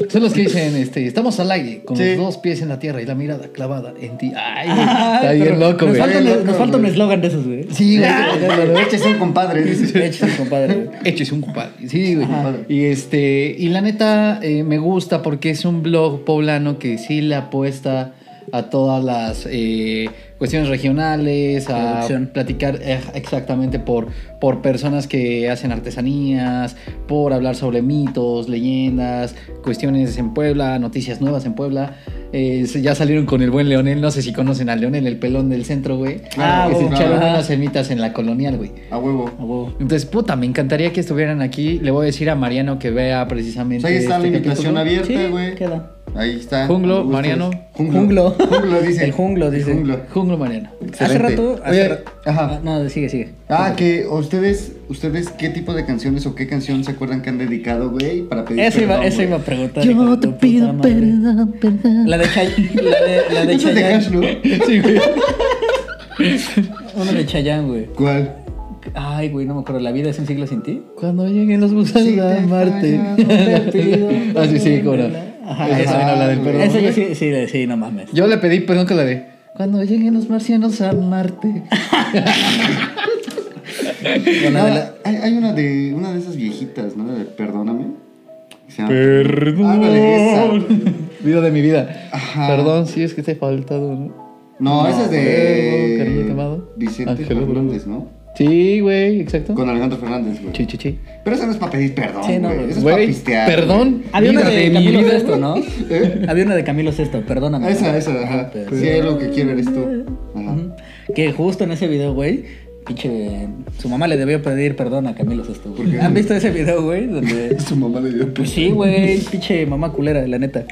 Speaker 3: Son los que dicen, este, estamos al aire, con
Speaker 2: Sí.
Speaker 3: los dos pies en la tierra y la mirada clavada en ti. Ay, güey,
Speaker 1: Ah,
Speaker 3: está
Speaker 1: pero
Speaker 3: bien loco,
Speaker 1: nos
Speaker 3: güey.
Speaker 1: falta un-
Speaker 2: Está
Speaker 1: Nos
Speaker 2: bien loco,
Speaker 1: falta un
Speaker 2: güey.
Speaker 1: eslogan de esos, güey.
Speaker 3: Sí, güey.
Speaker 1: (laughs)
Speaker 2: Eches un compadre. dice.
Speaker 1: Échale,
Speaker 2: (laughs)
Speaker 1: compadre. güey.
Speaker 3: Échese un compadre. Sí, güey.
Speaker 2: Ajá.
Speaker 3: Y este, y la neta eh, me gusta porque es un blog poblano que sí le apuesta a todas las eh, cuestiones regionales, a
Speaker 1: Producción.
Speaker 3: platicar eh, exactamente por, por personas que hacen artesanías, por hablar sobre mitos, leyendas, cuestiones en Puebla, noticias nuevas en Puebla. Eh, se- ya salieron con el buen Leonel, no sé si conocen a Leonel, el pelón del centro, güey.
Speaker 2: Ah,
Speaker 3: que se
Speaker 2: claro.
Speaker 3: echaron unas semitas en la colonial, güey.
Speaker 2: A huevo.
Speaker 1: A huevo.
Speaker 3: Entonces, puta, me encantaría que estuvieran aquí. Le voy a decir a Mariano que vea
Speaker 2: Pues
Speaker 3: precisamente.
Speaker 2: ahí está la
Speaker 3: este
Speaker 2: invitación
Speaker 3: capítulo.
Speaker 2: abierta,
Speaker 1: Sí,
Speaker 2: güey.
Speaker 1: queda.
Speaker 2: Ahí está. Cuando
Speaker 3: Junglo,
Speaker 2: gustes.
Speaker 3: Mariano.
Speaker 1: Junglo.
Speaker 2: Junglo dice.
Speaker 1: El junglo dice.
Speaker 2: Junglo.
Speaker 3: Junglo Mariano.
Speaker 1: Hace
Speaker 2: Excelente.
Speaker 1: rato. hace
Speaker 2: Oye,
Speaker 1: rato-
Speaker 2: ajá.
Speaker 1: Ah, No, sigue, sigue.
Speaker 2: Ah, que ustedes, ustedes, ¿qué tipo de canciones o qué canción se acuerdan que han dedicado, güey? Para pedir
Speaker 1: Eso iba,
Speaker 2: perdón,
Speaker 1: eso
Speaker 2: güey?
Speaker 1: iba a preguntar. hijo de tu puta madre.
Speaker 3: perdón.
Speaker 1: La de Chay- la de- la de
Speaker 2: (laughs) ¿Eso es de
Speaker 1: Chayanne.
Speaker 2: Hash, no?
Speaker 3: Sí, güey.
Speaker 1: Una de Chayanne, (laughs) güey.
Speaker 2: ¿Cuál?
Speaker 1: Ay, güey, no me acuerdo. ¿La vida es un siglo sin ti?
Speaker 3: Cuando lleguen los gusanos
Speaker 2: Sí,
Speaker 3: a
Speaker 2: te
Speaker 3: Marte. (laughs)
Speaker 2: fallo, te pido
Speaker 3: Ah, sí, sí, cómo no.
Speaker 1: Ajá,
Speaker 3: Esa
Speaker 1: esa,
Speaker 3: también habla del
Speaker 2: güey.
Speaker 3: perdón.
Speaker 1: Esa yo
Speaker 3: güey.
Speaker 1: sí, sí, la- sí, no mames.
Speaker 3: Yo le pedí perdón que la de. Cuando lleguen los marcianos a Marte.
Speaker 1: Bueno, de
Speaker 2: Ah,
Speaker 1: la-
Speaker 2: hay, hay una de una de esas viejitas, ¿no? De Perdóname. Que se llama- Ándale, esa,
Speaker 3: Perdón.
Speaker 2: güey.
Speaker 3: Vida de mi vida.
Speaker 2: Ajá.
Speaker 3: Perdón, si es que te he faltado, ¿no?
Speaker 2: No, esa es de
Speaker 3: Perdón, cariño tomado.
Speaker 2: Vicente
Speaker 3: Ángel
Speaker 2: Fernández, ¿no?
Speaker 3: Sí, güey, exacto.
Speaker 2: Con Alejandro Fernández, güey.
Speaker 3: Chi, chi, chi.
Speaker 2: Pero esa no es para pedir perdón,
Speaker 1: Sí,
Speaker 2: güey.
Speaker 1: no, güey.
Speaker 2: Esa es para
Speaker 3: Güey,
Speaker 2: pistear.
Speaker 3: perdón.
Speaker 1: Había una
Speaker 3: vida
Speaker 1: de
Speaker 3: mi
Speaker 1: Camilo
Speaker 3: vida.
Speaker 1: Sesto,
Speaker 2: (laughs)
Speaker 1: ¿no?
Speaker 2: güey. ¿Eh?
Speaker 1: Había una de Camilo Sesto, perdóname.
Speaker 2: Esa, esa, ajá.
Speaker 1: Pero-
Speaker 2: Si hay algo que quiero eres tú. Ajá.
Speaker 1: Ujú. Que justo en ese video, güey, pinche. Su mamá le debió pedir perdón a Camilo Sesto. güey.
Speaker 2: ¿Por qué?
Speaker 1: ¿Han visto ese video, güey? Donde.
Speaker 2: (laughs) Su mamá le dio
Speaker 1: Pues sí, güey, pinche mamá culera, la neta.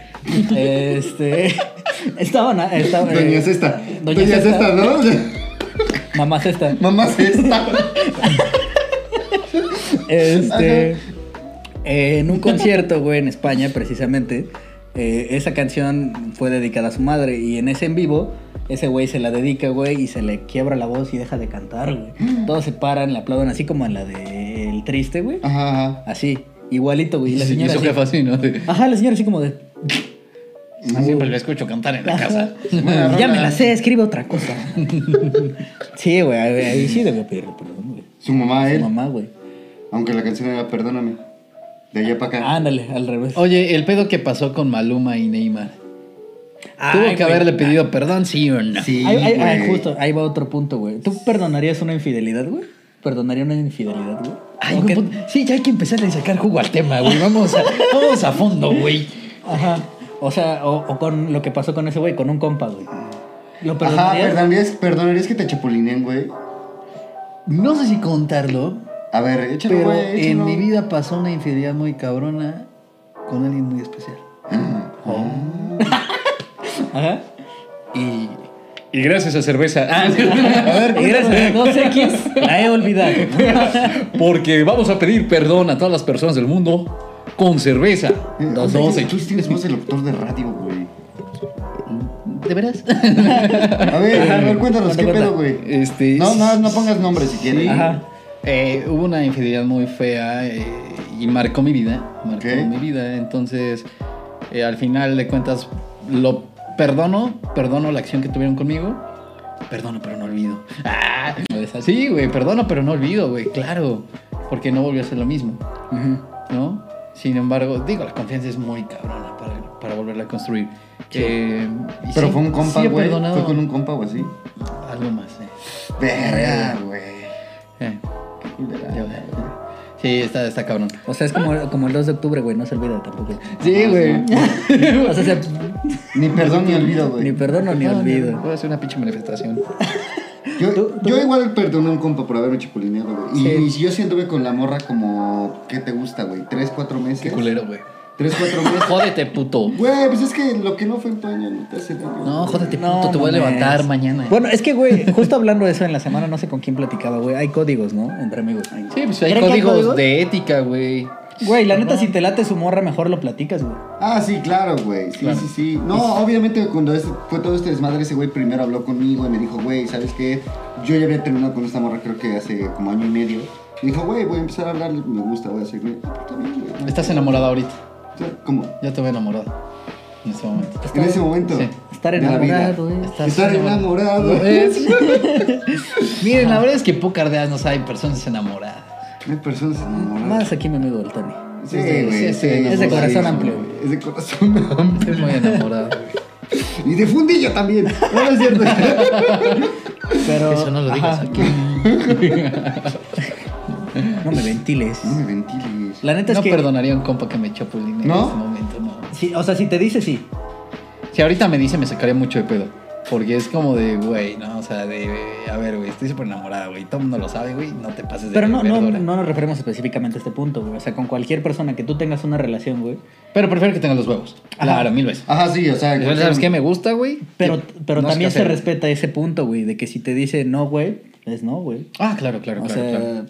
Speaker 1: Este. (laughs) Estaban. a- estaban eh,
Speaker 2: Doña Cesta.
Speaker 1: Doña,
Speaker 2: Doña
Speaker 1: Cesta.
Speaker 2: Cesta, ¿no?
Speaker 1: (laughs) Mamá Cesta.
Speaker 2: Mamá
Speaker 1: (laughs)
Speaker 2: Cesta.
Speaker 1: Este. eh, en un concierto, güey, en España, precisamente. eh, esa canción fue dedicada a su madre. Y en ese en vivo, ese güey se la dedica, güey, y se le quiebra la voz y deja de cantar, güey. Todos se paran, le aplauden, así como en la de El Triste, güey.
Speaker 2: Ajá, ajá.
Speaker 1: Así, igualito, güey. Y la
Speaker 3: Sí,
Speaker 1: señora.
Speaker 3: eso
Speaker 1: así-
Speaker 3: jefa así, ¿no? De-
Speaker 1: Ajá, la señora, así como de.
Speaker 3: Siempre lo escucho cantar en la casa.
Speaker 2: Buena rola.
Speaker 1: "Mm, Ya me la sé, escribe otra cosa. (laughs) sí, güey, ahí- ahí sí debió pedirle perdón, güey.
Speaker 2: Su mamá,
Speaker 1: Su
Speaker 2: él.
Speaker 1: mamá, güey.
Speaker 2: Aunque la canción era Perdóname. De allá para acá.
Speaker 1: Ándale, al revés.
Speaker 3: Oye, el pedo que pasó con Maluma y Neymar.
Speaker 1: Ay,
Speaker 3: Tuvo que
Speaker 1: güey.
Speaker 3: haberle pedido perdón, sí o no.
Speaker 2: sí,
Speaker 1: Ahí, ahí-
Speaker 2: güey.
Speaker 1: ahí justo, ahí va otro punto, güey. ¿Tú perdonarías una infidelidad, güey? ¿Perdonaría una infidelidad, güey?
Speaker 3: Ay,
Speaker 1: ¿O qué-
Speaker 3: güey, put- Sí, ya hay que empezar a sacar jugo al tema, güey. Vamos a, vamos a fondo, güey.
Speaker 1: Ajá. O sea, o, o con lo que pasó con ese güey, con un compa, güey. ¿Lo
Speaker 2: Ajá,
Speaker 1: perdonarías?
Speaker 2: perdonarías, perdonarías que te chapulineen, güey.
Speaker 3: No sé si contarlo,
Speaker 2: A ver, échalo,
Speaker 3: pero
Speaker 2: güey.
Speaker 3: en
Speaker 2: échalo.
Speaker 3: mi vida pasó una infidelidad muy cabrona con alguien muy especial.
Speaker 1: Ajá.
Speaker 3: Y, y gracias a cerveza. Ah, (laughs) sí.
Speaker 1: Y (laughs) gracias a dos X, la he olvidado.
Speaker 3: Porque vamos a pedir perdón a todas las personas del mundo con cerveza.
Speaker 2: Eh,
Speaker 3: Dos,
Speaker 2: oye,
Speaker 3: dos,
Speaker 2: Tú sí tienes más de locutor de radio, güey.
Speaker 3: ¿De veras?
Speaker 2: A ver, a ver, cuéntanos,
Speaker 1: Cuenta,
Speaker 2: ¿qué
Speaker 1: cuenta.
Speaker 2: pedo, güey?
Speaker 3: Este,
Speaker 2: No, no, no pongas nombres si quieres.
Speaker 1: (laughs) Ajá.
Speaker 3: Eh, hubo una infidelidad muy fea eh, y marcó mi vida. Marcó
Speaker 2: Ok.
Speaker 3: mi vida. Entonces, eh, al final de cuentas, lo perdono, perdono la acción que tuvieron conmigo. (laughs) Perdono, pero no olvido. Ah, sí, güey, perdono, pero no olvido, güey, claro. porque no volvió a ser lo mismo,
Speaker 1: Ujú.
Speaker 3: ¿no? Sin embargo, digo, la confianza es muy cabrona para, para volverla a construir. Eh, y
Speaker 2: Pero
Speaker 3: sí-
Speaker 2: fue un compa,
Speaker 3: sí he
Speaker 2: güey.
Speaker 3: perdonado
Speaker 2: fue con un compa o así.
Speaker 3: Algo más, eh.
Speaker 2: Verga, güey.
Speaker 3: Eh,
Speaker 2: Qué culera.
Speaker 3: ya, güey. Sí, está, está cabrón.
Speaker 1: O sea, es como, como el 2 de octubre, güey, no se olvida (laughs) tampoco.
Speaker 3: Sí, güey.
Speaker 1: O sea, se-
Speaker 2: Ni perdón ni olvido,
Speaker 1: ni
Speaker 2: güey.
Speaker 1: perdono ni olvido.
Speaker 3: Voy a hacer una pinche manifestación.
Speaker 2: Yo,
Speaker 1: tú- tú-
Speaker 2: yo igual perdoné a un compa por haberme chipulineado, güey. Y,
Speaker 1: Sí.
Speaker 2: y si yo sí anduve con la morra como, ¿qué te gusta, güey? ¿Tres, cuatro meses?
Speaker 3: Qué culero, güey.
Speaker 2: ¿Tres, cuatro
Speaker 3: (laughs)
Speaker 2: meses?
Speaker 3: Jódete, puto.
Speaker 2: Güey, pues es que lo que no fue en tu año no te hace daño.
Speaker 3: No, jódete,
Speaker 1: No,
Speaker 3: puto. Te voy a
Speaker 1: mames.
Speaker 3: levantar mañana.
Speaker 1: Bueno, es que, güey, justo hablando de eso en la semana, no sé con quién platicaba, güey. Hay códigos, ¿no? Entre amigos.
Speaker 3: Sí, pues hay
Speaker 1: ¿Creen que hay
Speaker 3: códigos
Speaker 1: códigos?
Speaker 3: de ética, güey.
Speaker 1: Güey, la neta, si te late su morra, mejor lo platicas, güey.
Speaker 2: Ah, sí, claro, güey. Sí,
Speaker 3: Claro.
Speaker 2: sí, sí. No, obviamente cuando este- fue todo este desmadre, ese güey primero habló conmigo y me dijo, güey, ¿sabes qué? Yo ya había terminado con esta morra creo que hace como año y medio. Me dijo, güey, voy a empezar a hablar, me gusta, voy a hacer, güey. Ah, está bien, güey.
Speaker 3: Estás enamorada ahorita.
Speaker 2: O sea, ¿Cómo?
Speaker 3: Ya te veo enamorado. En este momento.
Speaker 2: En ese momento.
Speaker 3: Sí.
Speaker 1: Estar
Speaker 2: de la vida.
Speaker 1: enamorado, güey.
Speaker 3: Estás
Speaker 2: Estar enamorado.
Speaker 3: ¿Lo ves? Miren, la verdad es que pocas veces nos hay personas enamoradas.
Speaker 2: No hay personas enamoradas.
Speaker 1: Más aquí mi amigo del Tony.
Speaker 2: Sí,
Speaker 3: es de-
Speaker 2: güey.
Speaker 3: sí,
Speaker 2: sí,
Speaker 3: es de-
Speaker 2: sí,
Speaker 1: es de corazón
Speaker 2: sí,
Speaker 1: amplio.
Speaker 2: güey. Es de corazón amplio.
Speaker 3: Estoy muy
Speaker 1: (laughs)
Speaker 3: enamorado.
Speaker 2: Y de fundillo también. No, no es cierto. (laughs)
Speaker 1: Pero.
Speaker 3: Eso no lo digas
Speaker 1: ajá,
Speaker 3: aquí.
Speaker 1: No me ventiles.
Speaker 2: No me ventiles.
Speaker 1: La neta es
Speaker 3: No
Speaker 1: que.
Speaker 3: perdonaría a un compa que me chapuline en
Speaker 2: ¿No?
Speaker 3: este momento, no.
Speaker 1: Sí, o sea, si te dice, sí.
Speaker 3: Si ahorita me dice, me sacaría mucho de pedo. Porque es como de, güey, ¿no? O sea, de, eh, a ver, güey, estoy súper enamorada, güey. Todo el mundo lo sabe, güey. No te pases de
Speaker 1: Pero no, no,
Speaker 3: verdura.
Speaker 1: no nos referimos específicamente a este punto, güey. O sea, con cualquier persona que tú tengas una relación, güey.
Speaker 3: Pero prefiero que tengan los huevos.
Speaker 1: Ajá.
Speaker 3: Claro, mil veces.
Speaker 2: Ajá, sí, o sea.
Speaker 3: Igual, ¿Sabes qué? Me gusta, güey.
Speaker 1: Pero,
Speaker 3: Que
Speaker 1: pero
Speaker 3: no es
Speaker 1: también se
Speaker 3: casero.
Speaker 1: respeta ese punto, güey, de que si te dice no, güey, es no, güey.
Speaker 3: Ah, claro, claro,
Speaker 1: o
Speaker 3: claro.
Speaker 1: sea, (laughs)
Speaker 3: claro.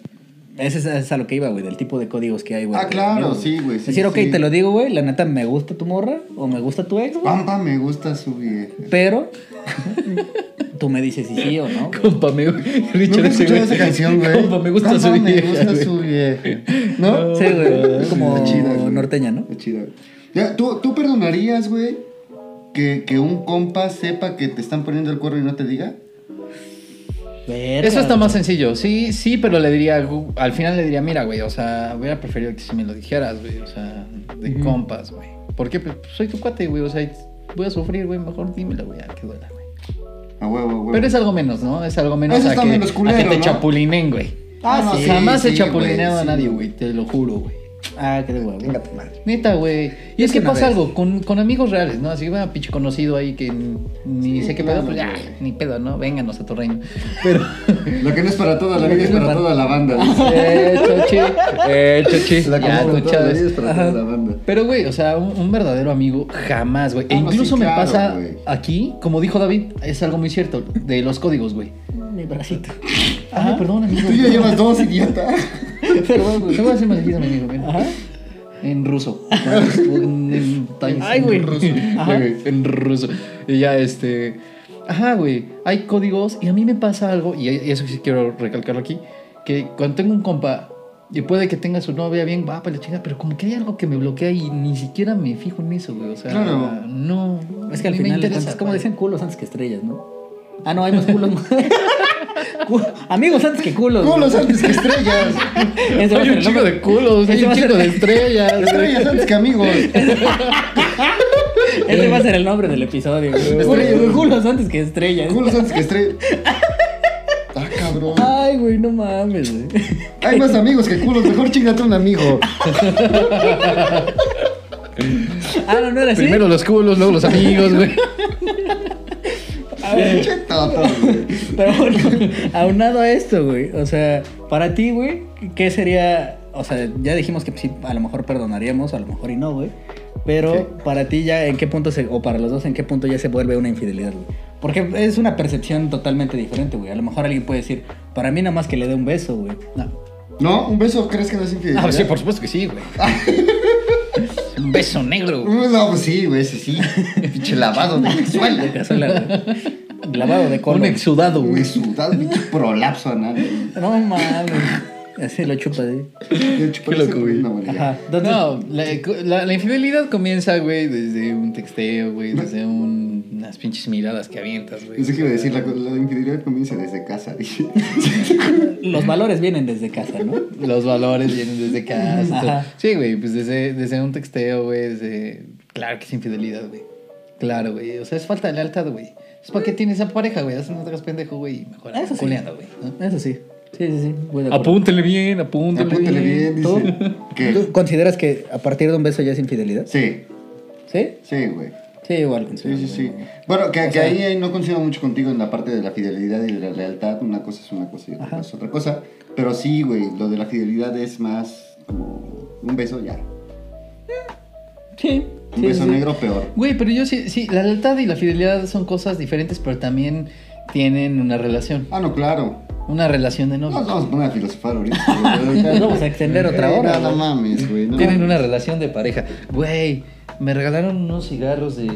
Speaker 1: ese es, es a lo que iba, güey, del tipo de códigos que hay, güey.
Speaker 2: Ah,
Speaker 1: de
Speaker 2: claro,
Speaker 1: amigos,
Speaker 2: sí, güey, sí,
Speaker 1: Decir, ok,
Speaker 2: sí.
Speaker 1: te lo digo, güey, la neta, me gusta tu morra o me gusta tu ex, güey.
Speaker 2: Pampa me gusta su vieja.
Speaker 1: Pero (laughs) tú me dices si sí o no. güey.
Speaker 3: Compa, me Richard,
Speaker 2: Nunca he
Speaker 3: ese
Speaker 2: escuchado
Speaker 3: güey.
Speaker 2: esa canción, güey.
Speaker 3: Compa, me gusta su
Speaker 2: Compa, me
Speaker 3: vieja,
Speaker 2: gusta
Speaker 3: güey.
Speaker 2: su vieja. ¿No?
Speaker 1: Sí, güey. Es como
Speaker 2: Está chida, güey.
Speaker 1: norteña, ¿no?
Speaker 2: Está chida, güey. Ya, ¿tú, ¿Tú perdonarías, güey, que, que un compa sepa que te están poniendo el cuerno y no te diga?
Speaker 1: Verga,
Speaker 3: Eso está
Speaker 1: güey.
Speaker 3: más sencillo. Sí, sí, pero le diría, gu- al final le diría, mira, güey, o sea, hubiera preferido que si me lo dijeras, güey, o sea, de
Speaker 1: Ujú.
Speaker 3: compas, güey. ¿Por qué? Pues soy tu cuate, güey, o sea, y voy a sufrir, güey, mejor dímelo, güey, a que duela, güey.
Speaker 2: A huevo, a huevo.
Speaker 3: Pero es algo menos, ¿no? Es algo menos
Speaker 2: Eso
Speaker 3: a
Speaker 2: está
Speaker 3: que,
Speaker 2: menos
Speaker 3: a
Speaker 2: culero,
Speaker 3: que te
Speaker 2: ¿no?
Speaker 3: chapulinen, güey.
Speaker 2: Ah, no, sí,
Speaker 3: Jamás he
Speaker 2: sí,
Speaker 3: chapulineado
Speaker 2: güey, sí.
Speaker 3: a nadie, güey, te lo juro, güey.
Speaker 1: Ah, qué de huevo.
Speaker 2: Venga, tu madre.
Speaker 3: Neta, güey. Y
Speaker 1: Es
Speaker 3: es que
Speaker 1: una
Speaker 3: pasa
Speaker 1: vez.
Speaker 3: algo con, con amigos reales, ¿no? Así va pinche conocido ahí que n- ni
Speaker 2: Sí,
Speaker 3: sé qué
Speaker 2: claro,
Speaker 3: pedo, pues ya,
Speaker 2: güey.
Speaker 3: ni pedo, ¿no? Vénganos a tu
Speaker 2: (laughs)
Speaker 3: reino. Pero.
Speaker 2: Lo que no es para toda la
Speaker 1: Lo
Speaker 2: vida
Speaker 1: que
Speaker 2: es
Speaker 1: no es
Speaker 2: para
Speaker 1: para-
Speaker 2: toda la banda.
Speaker 3: Eh, (laughs) chochi. Eh, chochi.
Speaker 2: Lo que no
Speaker 3: Ya,
Speaker 2: es para toda (laughs) la
Speaker 3: escuchados.
Speaker 2: vida es para toda la banda.
Speaker 3: Pero, güey, o sea, un, un verdadero amigo jamás, güey. E
Speaker 2: Ah, no,
Speaker 3: incluso
Speaker 2: sí,
Speaker 3: me
Speaker 2: claro,
Speaker 3: pasa
Speaker 2: güey.
Speaker 3: aquí, como dijo David, es algo muy cierto, de los códigos, güey.
Speaker 1: Mi
Speaker 3: (laughs)
Speaker 1: bracito.
Speaker 3: Ah, perdón, amigo.
Speaker 2: Tú
Speaker 3: (laughs)
Speaker 2: ya llevas dos, idiota.
Speaker 3: Perdón, güey. Te voy a hacer más difícil, mi amigo. mira.
Speaker 1: Ajá.
Speaker 3: En ruso. En- en- en-
Speaker 1: Ay, güey.
Speaker 3: En ruso.
Speaker 1: Ajá.
Speaker 3: Ya, güey, En ruso. Y ya, este. Ajá, güey. Hay códigos y a mí me pasa algo, y y eso sí quiero recalcarlo aquí, que cuando tengo un compa y puede que tenga su novia bien guapa, la chinga, pero como que hay algo que me bloquea y ni siquiera me fijo en eso, güey. O sea,
Speaker 2: Claro.
Speaker 3: no.
Speaker 1: Es que al
Speaker 3: ni me
Speaker 1: final de
Speaker 3: interesa,
Speaker 1: cuentas, como
Speaker 3: güey.
Speaker 1: dicen culos antes que estrellas, ¿no? Ah, no, (laughs) hay más culos. Cu- Amigos antes que culos. güey.
Speaker 2: Culos antes que estrellas.
Speaker 1: Ese va a
Speaker 3: Hay
Speaker 1: ser
Speaker 3: un
Speaker 1: el
Speaker 3: chico
Speaker 1: nombre.
Speaker 3: de culos, hay
Speaker 1: Ese
Speaker 3: un
Speaker 1: va a
Speaker 3: chico
Speaker 1: ser-
Speaker 3: de estrellas. güey.
Speaker 2: Estrellas antes que amigos.
Speaker 1: Ese va a ser el nombre del episodio. güey.
Speaker 2: Estrellas.
Speaker 1: Culos- Culos antes que estrellas.
Speaker 2: Culos antes que estrellas. Ah, cabrón.
Speaker 1: Ay, güey, no mames, güey.
Speaker 2: Hay más amigos que culos. Mejor chingate un amigo.
Speaker 1: Ah, no, no era así.
Speaker 3: Primero los culos, luego los amigos, güey.
Speaker 1: A ver,
Speaker 2: Che, toto, güey.
Speaker 1: Ah, Pero bueno, (laughs) aunado a esto, güey. O sea, para ti, güey, ¿qué sería? O sea, ya dijimos que sí, a lo mejor perdonaríamos, a lo mejor y no, güey. Pero
Speaker 2: Sí.
Speaker 1: para ti ya, ¿en qué punto se, o para los dos, en qué punto ya se vuelve una infidelidad, güey? Porque es una percepción totalmente diferente, güey. A lo mejor alguien puede decir, para mí nada más que le dé un beso, güey.
Speaker 3: No.
Speaker 2: ¿No? ¿Un beso crees que no es infidelidad?
Speaker 3: (laughs) Ah, sí, por supuesto que sí, güey. (laughs) Un beso negro, güey.
Speaker 2: Mm, No, pues sí, güey, ese sí. Pinche lavado de
Speaker 1: (laughs) De
Speaker 2: suela.
Speaker 1: cazuela, güey. Lavado de colon.
Speaker 3: Un exudado,
Speaker 2: Un
Speaker 3: güey.
Speaker 2: exudado, pinche prolapso anal. güey.
Speaker 1: No mames. Así lo chupa, güey.
Speaker 2: De hecho, parece
Speaker 3: loco, güey.
Speaker 2: una barriga.
Speaker 3: Mm.
Speaker 1: Ajá. Entonces,
Speaker 3: No, la, la- la infidelidad comienza, güey, desde un texteo, güey, desde un Las pinches miradas que avientas, güey.
Speaker 2: Pensé que iba a decir, la, la infidelidad comienza desde casa, dije.
Speaker 1: Los valores vienen desde casa, ¿no?
Speaker 3: Los valores vienen desde
Speaker 2: (laughs)
Speaker 3: casa.
Speaker 1: Ajá.
Speaker 3: Sí, güey, pues desde, desde un texteo, güey, desde... Claro que es infidelidad, güey. Claro, güey. O sea, es falta de lealtad, güey. Es para qué tienes a pareja, güey. Hacen otras pendejo, güey. y Mejor
Speaker 1: Eso sí.
Speaker 3: culeando, güey. ¿no?
Speaker 1: Eso sí. Sí, sí, sí. voy de acuerdo.
Speaker 3: Apúntele bien, apúntele,
Speaker 2: Apúntale bien,
Speaker 1: ¿Tú?
Speaker 2: dice. ¿Qué?
Speaker 1: ¿Tú consideras que a partir de un beso ya es infidelidad?
Speaker 2: Sí,
Speaker 1: ¿Sí?
Speaker 2: sí, güey.
Speaker 1: Sí, igual
Speaker 2: Sí,
Speaker 1: considero.
Speaker 2: sí, sí.
Speaker 1: güey.
Speaker 2: Bueno, que,
Speaker 1: O
Speaker 2: que
Speaker 1: sea-
Speaker 2: ahí no coincido mucho contigo en la parte de la fidelidad y de la lealtad. Una cosa es una cosa y otra
Speaker 1: Ajá.
Speaker 2: cosa es otra cosa. Pero sí, güey, lo de la fidelidad es más como un beso ya.
Speaker 1: Sí.
Speaker 2: Un
Speaker 1: sí,
Speaker 2: beso
Speaker 1: sí.
Speaker 2: negro peor.
Speaker 3: Güey, pero yo sí, sí, la lealtad y la fidelidad son cosas diferentes, pero también tienen una relación.
Speaker 2: Ah, no, claro.
Speaker 3: Una relación de
Speaker 2: No
Speaker 3: novios.
Speaker 2: nos vamos a poner a filosofar
Speaker 1: (laughs)
Speaker 2: ahorita. güey.
Speaker 1: Nos vamos a extender otra
Speaker 2: Eh,
Speaker 1: hora,
Speaker 2: No, no
Speaker 1: güey.
Speaker 2: mames, güey. No,
Speaker 3: Tienen una relación de pareja. Güey, me regalaron unos cigarros de.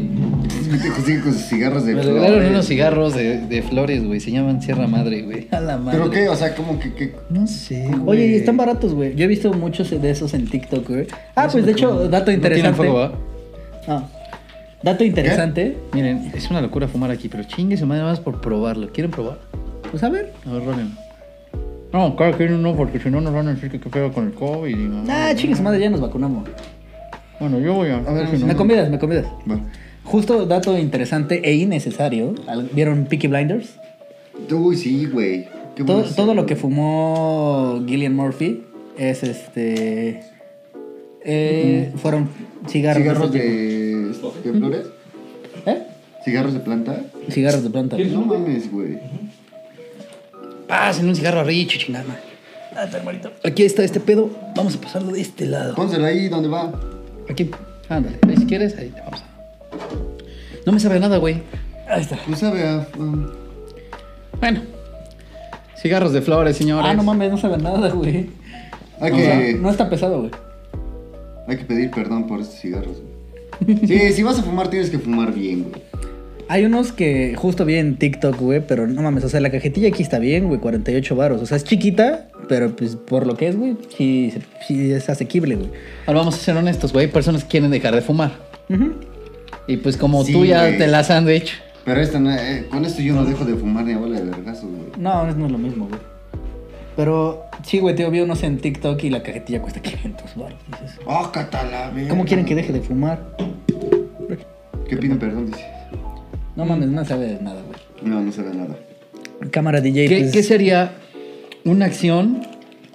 Speaker 2: Sigue con sus cigarros de
Speaker 3: me regalaron
Speaker 2: flores.
Speaker 3: unos cigarros de, de flores, güey. Se llaman Sierra Madre, güey. A la madre.
Speaker 2: ¿Pero qué? O sea, como que, que-
Speaker 3: No sé, güey.
Speaker 1: Oye, y están baratos, güey. Yo he visto muchos de esos en TikTok, güey. Ah,
Speaker 3: Eso
Speaker 1: pues de
Speaker 3: me
Speaker 1: hecho,
Speaker 3: creo.
Speaker 1: dato
Speaker 3: No tienen
Speaker 1: interesante.
Speaker 3: fuego, ¿va?
Speaker 1: Ah. Dato interesante.
Speaker 3: Miren, es una locura fumar aquí, pero chingue su madre más por probarlo. ¿Quieren probar?
Speaker 1: Pues a ver.
Speaker 3: A ver, rólenlo. No, claro que no, porque si no nos van a decir que qué feo con el COVID. y no.
Speaker 1: Ah, chingue su madre, ya nos vacunamos.
Speaker 3: Bueno, yo voy a.
Speaker 2: A ver,
Speaker 3: yo Mm. sí no.
Speaker 1: Me convidas, me convidas.
Speaker 2: Bueno,
Speaker 1: Justo dato interesante e innecesario. Al- ¿Vieron Peaky Blinders?
Speaker 2: uy, sí, güey. Qué
Speaker 1: Todo,
Speaker 2: buena
Speaker 1: todo lo que
Speaker 2: serie,
Speaker 1: fumó Gillian Murphy es este. eh, Fueron
Speaker 2: güey.
Speaker 1: cigarros.
Speaker 2: ¿Cigarros
Speaker 1: ese tipo.
Speaker 2: de, este, de flores?
Speaker 1: ¿Eh?
Speaker 2: ¿Cigarros de planta?
Speaker 1: Cigarros de planta. güey.
Speaker 2: No mames, güey.
Speaker 3: Pásenle un cigarro a Richo, chingada. madre. Date, hermanito. Aquí Ah, está este pedo. Vamos a pasarlo de este lado.
Speaker 2: Pónselo ahí donde va.
Speaker 3: Aquí. Ándale. ahí Si quieres, ahí te vamos. a- No me sabe a nada, güey.
Speaker 1: Ahí está.
Speaker 2: No sabe a. um,
Speaker 3: Bueno. Cigarros de flores, señores.
Speaker 1: Ah, no mames, no saben nada, güey.
Speaker 2: hay,
Speaker 1: O sea,
Speaker 2: Ah, que,
Speaker 1: no está pesado, güey.
Speaker 2: hay que pedir perdón por estos cigarros, güey. Sí, si vas a fumar, tienes que fumar bien, güey.
Speaker 1: Hay unos que justo vi en TikTok, güey, pero no mames, o sea, la cajetilla aquí está bien, güey, 48 varos. O sea, es chiquita, pero pues por lo que es, güey, sí, se- sí es asequible, güey.
Speaker 3: Ahora vamos a ser honestos, güey. Personas que quieren dejar de fumar.
Speaker 1: Ujú.
Speaker 3: Y pues como
Speaker 2: Sí,
Speaker 3: tú ya
Speaker 2: güey.
Speaker 3: te las han hecho.
Speaker 2: Pero esta no- eh, con esto yo no dejo de fumar ni a bola de vergazos, güey.
Speaker 1: No, no es lo mismo, güey. Pero sí, güey, tío, vi unos en TikTok y la cajetilla cuesta 500 varos. Dices,
Speaker 2: ¡Oh, catalá, verga!
Speaker 1: ¿cómo quieren que deje de fumar?
Speaker 2: ¿Qué piden perdón? Dice.
Speaker 1: No mames, no sabes nada, güey.
Speaker 2: No, no sabe nada.
Speaker 1: Cámara DJ,
Speaker 3: ¿Qué,
Speaker 1: pues,
Speaker 3: qué sería una acción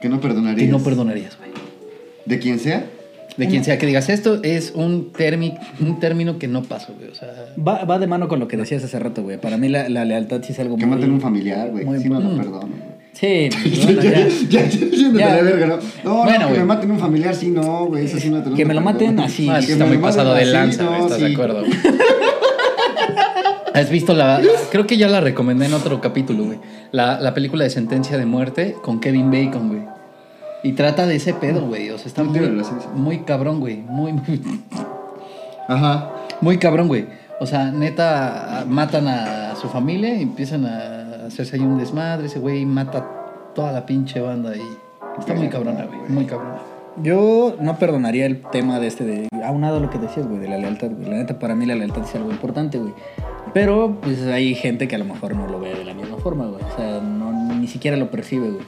Speaker 2: Que no perdonarías.
Speaker 3: que no perdonarías, güey?
Speaker 2: ¿De quien sea?
Speaker 3: De quien sea que digas esto, es un, termi- un término que no pasó, güey. O sea,
Speaker 1: va, va de mano con lo que decías hace rato, güey. Para mí la, la lealtad sí es algo
Speaker 2: Que
Speaker 1: muy...
Speaker 2: maten un familiar,
Speaker 1: muy
Speaker 2: güey. Si no, no
Speaker 1: bueno.
Speaker 2: perdono, güey.
Speaker 1: (laughs) Sí,
Speaker 2: Ya,
Speaker 1: bueno, ya.
Speaker 2: (laughs) ya, ya, yéndote
Speaker 1: Ya.
Speaker 2: a la verga, ¿no? No,
Speaker 3: Bueno,
Speaker 2: no, que
Speaker 3: güey.
Speaker 2: me maten un familiar, sí, no, güey. Eso sí no te
Speaker 1: Que me lo
Speaker 2: perdono.
Speaker 1: maten así.
Speaker 3: ah,
Speaker 1: Ah,
Speaker 3: sí
Speaker 1: que
Speaker 3: está
Speaker 2: me
Speaker 3: muy
Speaker 2: lo
Speaker 3: pasado de
Speaker 2: maten así,
Speaker 3: lanza, güey,
Speaker 2: no,
Speaker 3: estás
Speaker 2: sí.
Speaker 3: de acuerdo. güey. ¿Has visto la.? Creo que ya la recomendé en otro capítulo, güey. La, la película de Sentencia de Muerte con Kevin Bacon, güey. Y trata de ese pedo, güey. O sea, está
Speaker 2: No tiene
Speaker 3: muy,
Speaker 2: relación.
Speaker 3: muy cabrón, güey. Muy, muy,
Speaker 2: Ajá.
Speaker 3: muy cabrón, güey. O sea, neta, matan a su familia y empiezan a hacerse ahí un desmadre. Ese güey mata toda la pinche banda ahí. Está muy cabrona, güey. Muy cabrona.
Speaker 1: Yo no perdonaría el tema de este de aunado a lo que decías, güey, de la lealtad, güey. La neta, para mí la lealtad es algo importante, güey. Pero, pues hay gente que a lo mejor no lo ve de la misma forma, güey. O sea, no, ni siquiera lo percibe, güey.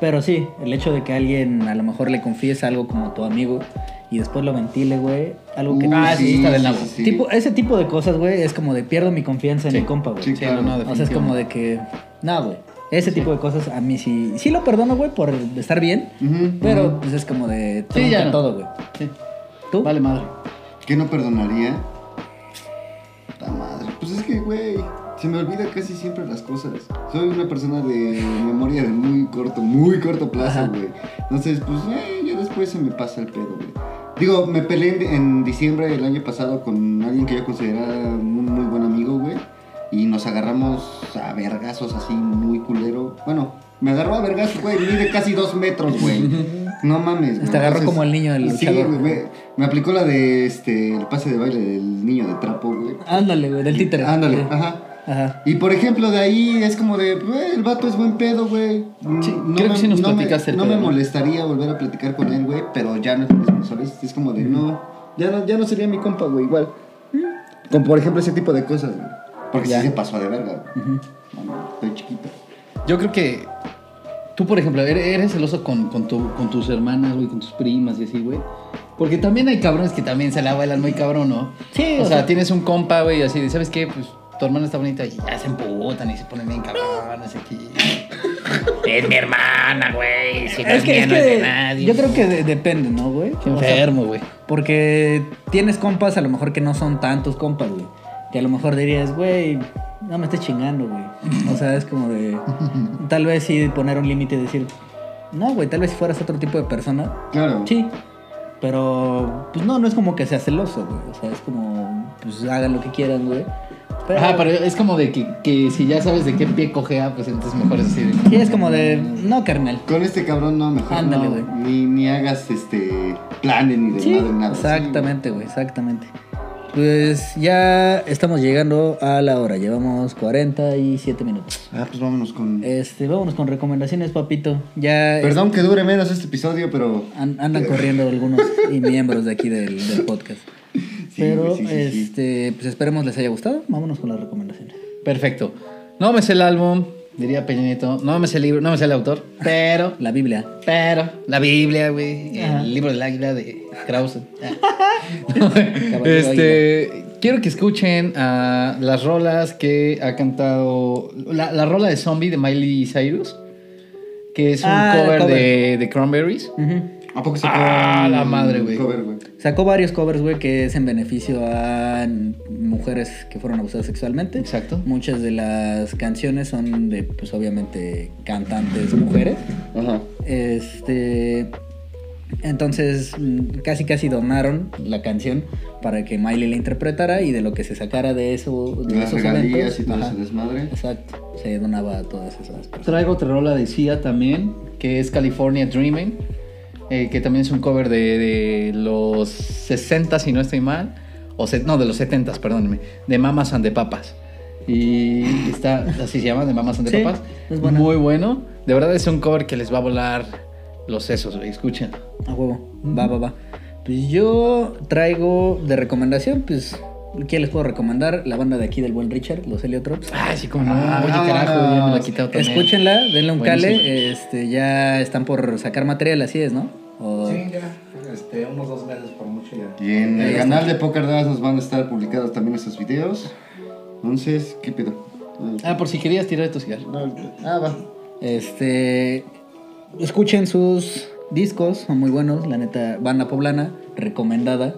Speaker 1: Pero sí, el hecho de que alguien a lo mejor le confiesa algo como tu amigo y después lo ventile, güey. Algo que.
Speaker 2: Uh,
Speaker 3: Ah, sí, está del nabo.
Speaker 2: sí.
Speaker 1: Tipo, ese tipo de cosas, güey, es como de pierdo mi confianza en
Speaker 3: Sí,
Speaker 1: mi compa, güey.
Speaker 2: sí,
Speaker 3: Sí, no, no,
Speaker 1: O sea, es como de que. Nada, güey. Ese tipo de cosas a mí sí. Sí lo perdono, güey, por estar bien.
Speaker 2: Ujú.
Speaker 1: Pero pues es como de
Speaker 3: Sí, ya
Speaker 1: tronca
Speaker 3: no.
Speaker 1: todo, güey.
Speaker 3: Sí.
Speaker 1: ¿Tú?
Speaker 3: Vale, madre.
Speaker 2: ¿Qué no perdonaría? La madre. Pues es que, güey, se me olvida casi siempre las cosas. Soy una persona de memoria de muy corto, muy corto plazo, güey. Entonces, pues, eh, ya después se me pasa el pedo, güey. Digo, me peleé en, en diciembre del año pasado con alguien que yo consideraba un muy buen amigo, güey. Y nos agarramos a vergazos así, muy culero. Bueno, me agarró a vergazos, güey. Mide casi dos metros,
Speaker 1: (laughs)
Speaker 2: güey. No mames, güey.
Speaker 1: Te agarró como el niño del
Speaker 2: Sí,
Speaker 1: luchador.
Speaker 2: güey, me, me aplicó la de este el pase de baile del niño de trapo, güey.
Speaker 1: Ándale, güey, del títere.
Speaker 2: Ándale,
Speaker 1: Sí.
Speaker 3: ah.
Speaker 2: ajá.
Speaker 1: Ajá.
Speaker 2: Y por ejemplo, de ahí es como de, güey, el vato es buen pedo, güey. Mm,
Speaker 3: Sí, creo que sí nos
Speaker 2: no
Speaker 3: platicaste el
Speaker 2: No
Speaker 3: pedo,
Speaker 2: me
Speaker 3: ¿no?
Speaker 2: molestaría volver a platicar con él, güey, pero ya no es lo mismo, ¿sabes? Es como de, no, ya no, ya no sería mi compa, güey, igual. Con, por ejemplo, ese tipo de cosas, güey. Porque
Speaker 3: Ya.
Speaker 2: sí se pasó de verga, güey. No, no, Estoy chiquito.
Speaker 3: Yo creo que tú, por ejemplo, er- eres celoso con, con tu- con tus hermanas, güey, con tus primas y así, güey. Porque también hay cabrones que también se la bailan muy cabrón, ¿no?
Speaker 1: Sí,
Speaker 3: O
Speaker 1: o
Speaker 3: sea,
Speaker 1: sea-
Speaker 3: tienes un compa, güey, y así, de, ¿sabes qué? Pues tu hermana está bonita y ya se emputan y se ponen bien cabrones aquí. es mi hermana, güey. Si no es,
Speaker 1: Es que,
Speaker 3: mía,
Speaker 1: es
Speaker 3: no es de
Speaker 1: que
Speaker 3: nadie.
Speaker 1: yo creo que de- depende, ¿no, güey?
Speaker 3: Qué
Speaker 1: O sea,
Speaker 3: enfermo, güey.
Speaker 1: Porque tienes compas a lo mejor que no son tantos compas, güey. Que a lo mejor dirías, güey, no me estés chingando, güey. O sea, es como
Speaker 3: (laughs)
Speaker 1: de. Tal vez sí poner un límite y decir, no, güey, tal vez si fueras otro tipo de persona,
Speaker 2: Claro.
Speaker 1: sí. Pero, pues no, no es como que sea celoso, güey. O sea, es como, pues hagan lo que quieran, güey. Pero,
Speaker 3: Ajá, pero es como de que, que si ya sabes de qué pie cojea, pues entonces mejor es así de...
Speaker 1: Sí, es como de, no, carnal.
Speaker 2: Con este cabrón no, mejor
Speaker 1: Ándale, güey.
Speaker 2: no, Ni, ni hagas este planes ni de
Speaker 1: Sí,
Speaker 2: madre nada.
Speaker 1: exactamente, güey, exactamente. Pues ya estamos llegando a la hora. Llevamos 47 minutos.
Speaker 2: Sí, güey. ah, pues vámonos con.
Speaker 1: Este, vámonos con recomendaciones, papito. Ya
Speaker 2: Perdón que dure menos este episodio, pero.
Speaker 1: es- an- andan corriendo algunos y miembros de aquí del, del podcast.
Speaker 2: Sí,
Speaker 1: Pero,
Speaker 2: güey, sí, sí, sí.
Speaker 1: este, pues esperemos les haya gustado. Vámonos con las recomendaciones.
Speaker 3: Perfecto. No me sé el álbum, diría Peña Nieto. No me sé el libro, no me sé el autor, pero...
Speaker 1: La Biblia.
Speaker 3: Pero la Biblia, güey,
Speaker 1: Ajá.
Speaker 3: el libro del águila de
Speaker 1: (laughs)
Speaker 3: Krause. Ah. (laughs)
Speaker 1: Caballero
Speaker 3: este, quiero que escuchen ah, las rolas que ha cantado la, la rola de Zombie de Miley Cyrus, que es un
Speaker 1: Ah, el
Speaker 3: cover,
Speaker 1: cover.
Speaker 3: De, de Cranberries.
Speaker 1: Ujú.
Speaker 2: ¿A poco se
Speaker 3: Ah,
Speaker 2: fue
Speaker 3: la
Speaker 2: un
Speaker 3: madre, güey.
Speaker 2: cover, güey?
Speaker 1: Sacó varios covers, güey, que es en beneficio a n- mujeres que fueron abusadas sexualmente.
Speaker 3: Exacto.
Speaker 1: Muchas de las canciones son de, pues obviamente, cantantes mujeres.
Speaker 2: Ajá.
Speaker 1: Este. Entonces, mm, casi casi donaron la canción para que Miley la interpretara y de lo que se sacara de eso, de
Speaker 2: Las
Speaker 1: esos
Speaker 2: regalías
Speaker 1: eventos.
Speaker 2: y todo
Speaker 1: ajá,
Speaker 2: ese desmadre.
Speaker 1: exacto, se donaba a todas esas personas.
Speaker 3: Traigo otra rola de Sia también, que es California Dreaming, eh, que también es un cover de, de los 60, si no estoy mal, o se- no, de los 70, perdónenme, de Mamas and the Papas. Y está, así se llama, de Mamas and the
Speaker 1: Sí,
Speaker 3: Papas.
Speaker 1: es buena.
Speaker 3: Muy bueno. De verdad es un cover que les va a volar los sesos, güey, escuchen.
Speaker 1: A huevo, va, va, va. Pues yo traigo de recomendación, pues, ¿qué les puedo recomendar? La banda de aquí del buen Richard, los Heliotrops.
Speaker 3: Ay, sí, como no.
Speaker 2: Ah,
Speaker 3: Oye,
Speaker 2: vámonos.
Speaker 3: carajo, ya me la he quitado también.
Speaker 1: Escúchenla, denle un
Speaker 3: Buenísimo.
Speaker 1: cale. Este, ya están por sacar material, así es, ¿no? O-
Speaker 4: Sí, ya. Este, unos dos meses por mucho ya.
Speaker 2: Y en
Speaker 1: Ahí
Speaker 2: el
Speaker 1: está.
Speaker 2: canal de Poker Dads nos van a estar publicados también esos videos. Entonces, ¿qué pedo?
Speaker 3: Ah, por si querías tirar de
Speaker 2: (laughs)
Speaker 3: tu cigarro.
Speaker 2: Ah, va.
Speaker 1: Este. Escuchen sus discos, son muy buenos. La neta, banda poblana, recomendada.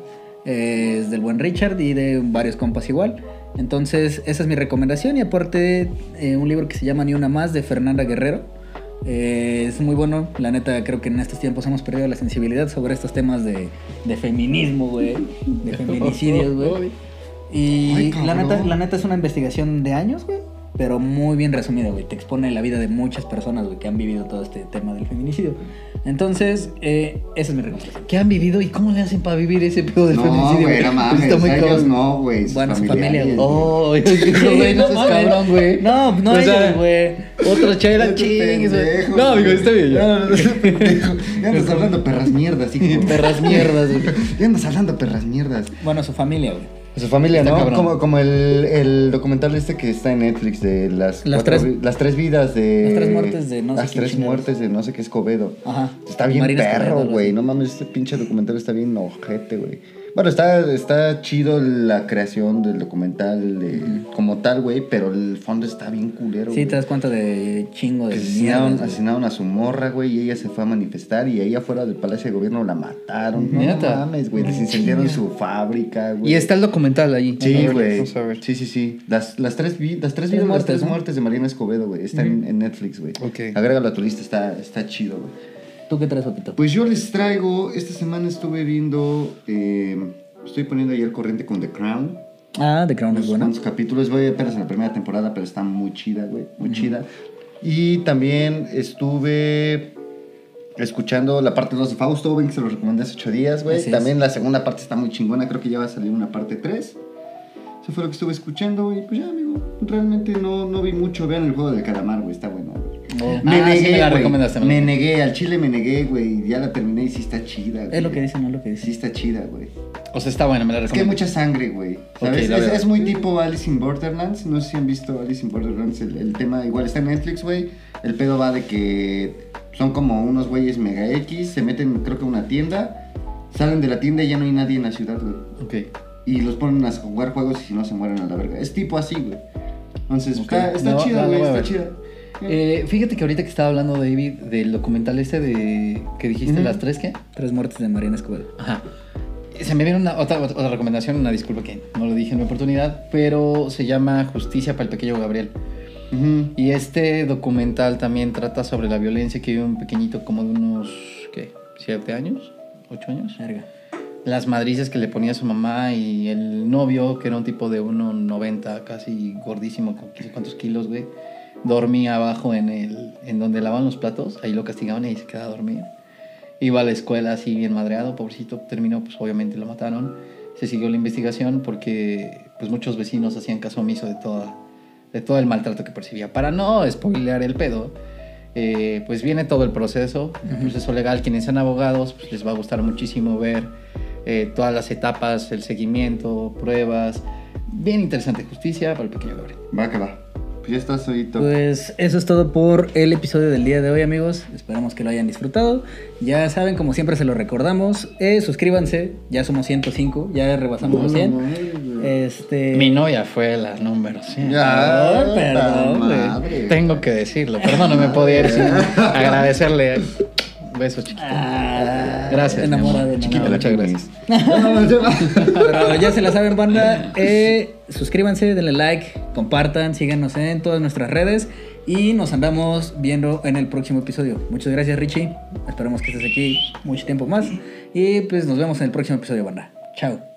Speaker 1: eh, es del buen Richard y de varios compas igual. Entonces, esa es mi recomendación. Y aparte, eh, un libro que se llama Ni una más de Fernanda Guerrero. Eh, es muy bueno. La neta, creo que en estos tiempos hemos perdido la sensibilidad sobre estos temas de, de feminismo, güey.
Speaker 3: (laughs)
Speaker 1: De feminicidios, güey. Y
Speaker 2: Ay,
Speaker 1: la,
Speaker 2: cabrón.
Speaker 1: neta, la neta es una investigación de años, güey. Pero muy bien resumida, güey. Te expone la vida de muchas personas, güey, que han vivido todo este tema del feminicidio. Entonces, eh, esa es mi
Speaker 3: (laughs)
Speaker 1: recomendación.
Speaker 3: ¿Qué han vivido y cómo le hacen para vivir ese pedo de
Speaker 2: No,
Speaker 3: feminicidio? Pues
Speaker 2: güey, no mames.
Speaker 3: Está muy
Speaker 2: Ellos
Speaker 3: cabrón.
Speaker 2: no, güey. sus
Speaker 1: Bueno, su familia,
Speaker 2: familiares,
Speaker 1: güey.
Speaker 2: güey.
Speaker 3: Oh, yo digo, güey, no
Speaker 1: No
Speaker 3: seas
Speaker 1: mames.
Speaker 3: cabrón, güey.
Speaker 1: No, no
Speaker 3: O
Speaker 1: ellos,
Speaker 3: sea,
Speaker 1: güey.
Speaker 3: Otro chela,
Speaker 2: Este
Speaker 3: chingues, güey.
Speaker 2: pendejo,
Speaker 3: No, amigo,
Speaker 2: güey.
Speaker 3: está bien.
Speaker 2: Ya,
Speaker 3: ya.
Speaker 2: no, no,
Speaker 3: (laughs)
Speaker 2: este pendejo. (laughs) Ya andas hablando perras mierdas, hijo.
Speaker 3: Perras mierdas, güey.
Speaker 2: (laughs) Ya andas hablando perras mierdas.
Speaker 1: Bueno, su familia, güey.
Speaker 2: Su familia,
Speaker 3: Está
Speaker 2: ¿no?
Speaker 3: cabrón.
Speaker 2: Como, como el, el documental este que está en Netflix de las,
Speaker 1: Las
Speaker 2: cuatro
Speaker 1: tres-
Speaker 2: vi- las tres vidas de...
Speaker 1: Las tres muertes de no sé
Speaker 2: Las
Speaker 1: qué
Speaker 2: tres
Speaker 1: chingados.
Speaker 2: muertes de no sé qué Escobedo.
Speaker 1: Ajá.
Speaker 2: Está bien
Speaker 1: Marina Escobedo,
Speaker 2: perro,
Speaker 1: algo
Speaker 2: güey.
Speaker 1: así.
Speaker 2: No mames, este pinche documental está bien ojete, güey. Bueno, está, está chido la creación del documental de- como tal, güey, pero el fondo está bien culero,
Speaker 1: Sí,
Speaker 2: güey.
Speaker 1: te das cuenta de chingo de
Speaker 2: Que asesinaron,
Speaker 1: mierdas, güey.
Speaker 2: asesinaron a su morra, güey, y ella se fue a manifestar y ahí afuera del Palacio de Gobierno la mataron. No,
Speaker 3: Neta.
Speaker 2: mames, güey, les incendiaron su fábrica, güey.
Speaker 3: Y está el documental ahí.
Speaker 2: Sí,
Speaker 3: Vamos a ver,
Speaker 2: güey.
Speaker 3: vamos a ver.
Speaker 2: Sí, sí, sí. Las, las tres, vi- las
Speaker 1: Tres
Speaker 2: tres vidas, las
Speaker 1: muertes,
Speaker 2: tres
Speaker 1: ¿no?
Speaker 2: muertes de Mariana Escobedo, güey. Está en- en, Netflix, güey.
Speaker 3: Ok.
Speaker 2: Agrégalo a tu lista, está, está chido, güey.
Speaker 1: ¿Tú qué traes, papito?
Speaker 2: Pues yo les traigo, esta semana estuve viendo, eh, estoy poniendo ahí el corriente con The Crown.
Speaker 1: Ah, The Crown
Speaker 2: Unos
Speaker 1: es buena.
Speaker 2: cuantos capítulos, voy apenas en la primera temporada, pero está muy chida, güey. Muy chida. Y también estuve escuchando la parte 2 de Fausto, ven que se los recomendé hace 8 días, güey.
Speaker 1: Así es.
Speaker 2: También la segunda parte está muy chingona, creo que ya va a salir una parte 3. Eso fue lo que estuve escuchando, y pues ya, amigo, realmente no, no vi mucho. Vean el juego del calamar, güey, está bueno, güey. Me
Speaker 3: Ah, sí
Speaker 2: negué,
Speaker 3: me la
Speaker 2: güey.
Speaker 3: recomendaste, me la-
Speaker 2: me negué, al chile me negué, güey, y ya la terminé y sí está chida, güey.
Speaker 1: Es lo que dicen, no es lo que
Speaker 2: Sí
Speaker 1: dicen.
Speaker 2: está chida, güey.
Speaker 3: O sea, está buena, me la
Speaker 2: Es que hay
Speaker 3: recomiendo.
Speaker 2: mucha sangre, güey. ¿Sabes?
Speaker 3: la
Speaker 2: es,
Speaker 3: veo.
Speaker 2: es muy tipo Alice in Borderlands. No sé si han visto Alice in Borderlands. El, el tema igual está en Netflix, güey. El pedo va de que son como unos güeyes mega X. Se meten, creo que a una tienda. Salen de la tienda y ya no hay nadie en la ciudad, güey.
Speaker 3: Ok.
Speaker 2: Y los ponen a jugar juegos y si no se mueren a la verga. Es tipo así, güey. Entonces,
Speaker 3: Ok.
Speaker 2: está, está
Speaker 3: No, no,
Speaker 2: chido,
Speaker 3: no
Speaker 2: güey.
Speaker 3: voy a
Speaker 2: está
Speaker 3: ver.
Speaker 2: chido.
Speaker 3: Eh, fíjate que ahorita que estaba hablando David del documental este de que dijiste
Speaker 2: Ujú.
Speaker 3: las tres que
Speaker 1: Tres muertes de Mariana Escobedo.
Speaker 3: Ajá. Se me viene una, otra, otra recomendación, una disculpa que no lo dije en mi oportunidad, pero se llama Justicia para el Pequeño Gabriel.
Speaker 2: Ujú.
Speaker 3: Y este documental también trata sobre la violencia que vive un pequeñito como de unos, ¿qué? ¿Siete años? ¿Ocho años?
Speaker 1: Verga.
Speaker 3: Las madrizas que le ponía su mamá y el novio, que era un tipo de 1,90, casi gordísimo, con quién sabe cuántos kilos, güey. Dormía abajo en, el, en donde lavaban los platos, ahí lo castigaban y ahí se quedaba a dormir. Iba a la escuela así bien madreado, pobrecito, terminó, pues obviamente lo mataron. Se siguió la investigación porque pues muchos vecinos hacían caso omiso de, toda, de todo el maltrato que percibía. Para no spoilear el pedo, eh, pues viene todo el proceso, el proceso legal. Quienes sean abogados, pues les va a gustar muchísimo ver eh, todas las etapas, el seguimiento, pruebas. Bien interesante, justicia para el pequeño Gabriel.
Speaker 2: Va que va. Pues ya estás solito.
Speaker 1: Pues eso es todo por el episodio del día de hoy, amigos. Esperamos que lo hayan disfrutado. Ya saben, como siempre se lo recordamos, eh, suscríbanse. Ya somos 105, ya rebasamos los 100.
Speaker 3: Eh,
Speaker 1: Este.
Speaker 3: Mi novia fue la número 100.
Speaker 2: Ya,
Speaker 1: Ay, perdón,
Speaker 2: la
Speaker 1: güey.
Speaker 2: madre. (laughs)
Speaker 3: Tengo que decirlo, perdón, no me podía ir sin agradecerle. Besos, chiquito.
Speaker 1: Ah,
Speaker 3: Gracias, mi amor.
Speaker 1: Enamorado, enamorado.
Speaker 3: Chiquita, muchas gracias.
Speaker 1: (laughs) Pero ya se la saben, banda. Eh, suscríbanse, denle like, compartan, síganos en todas nuestras redes. Y nos andamos viendo en el próximo episodio. Muchas gracias, Richie. Esperamos que estés aquí mucho tiempo más. Y pues nos vemos en el próximo episodio, banda. Chao.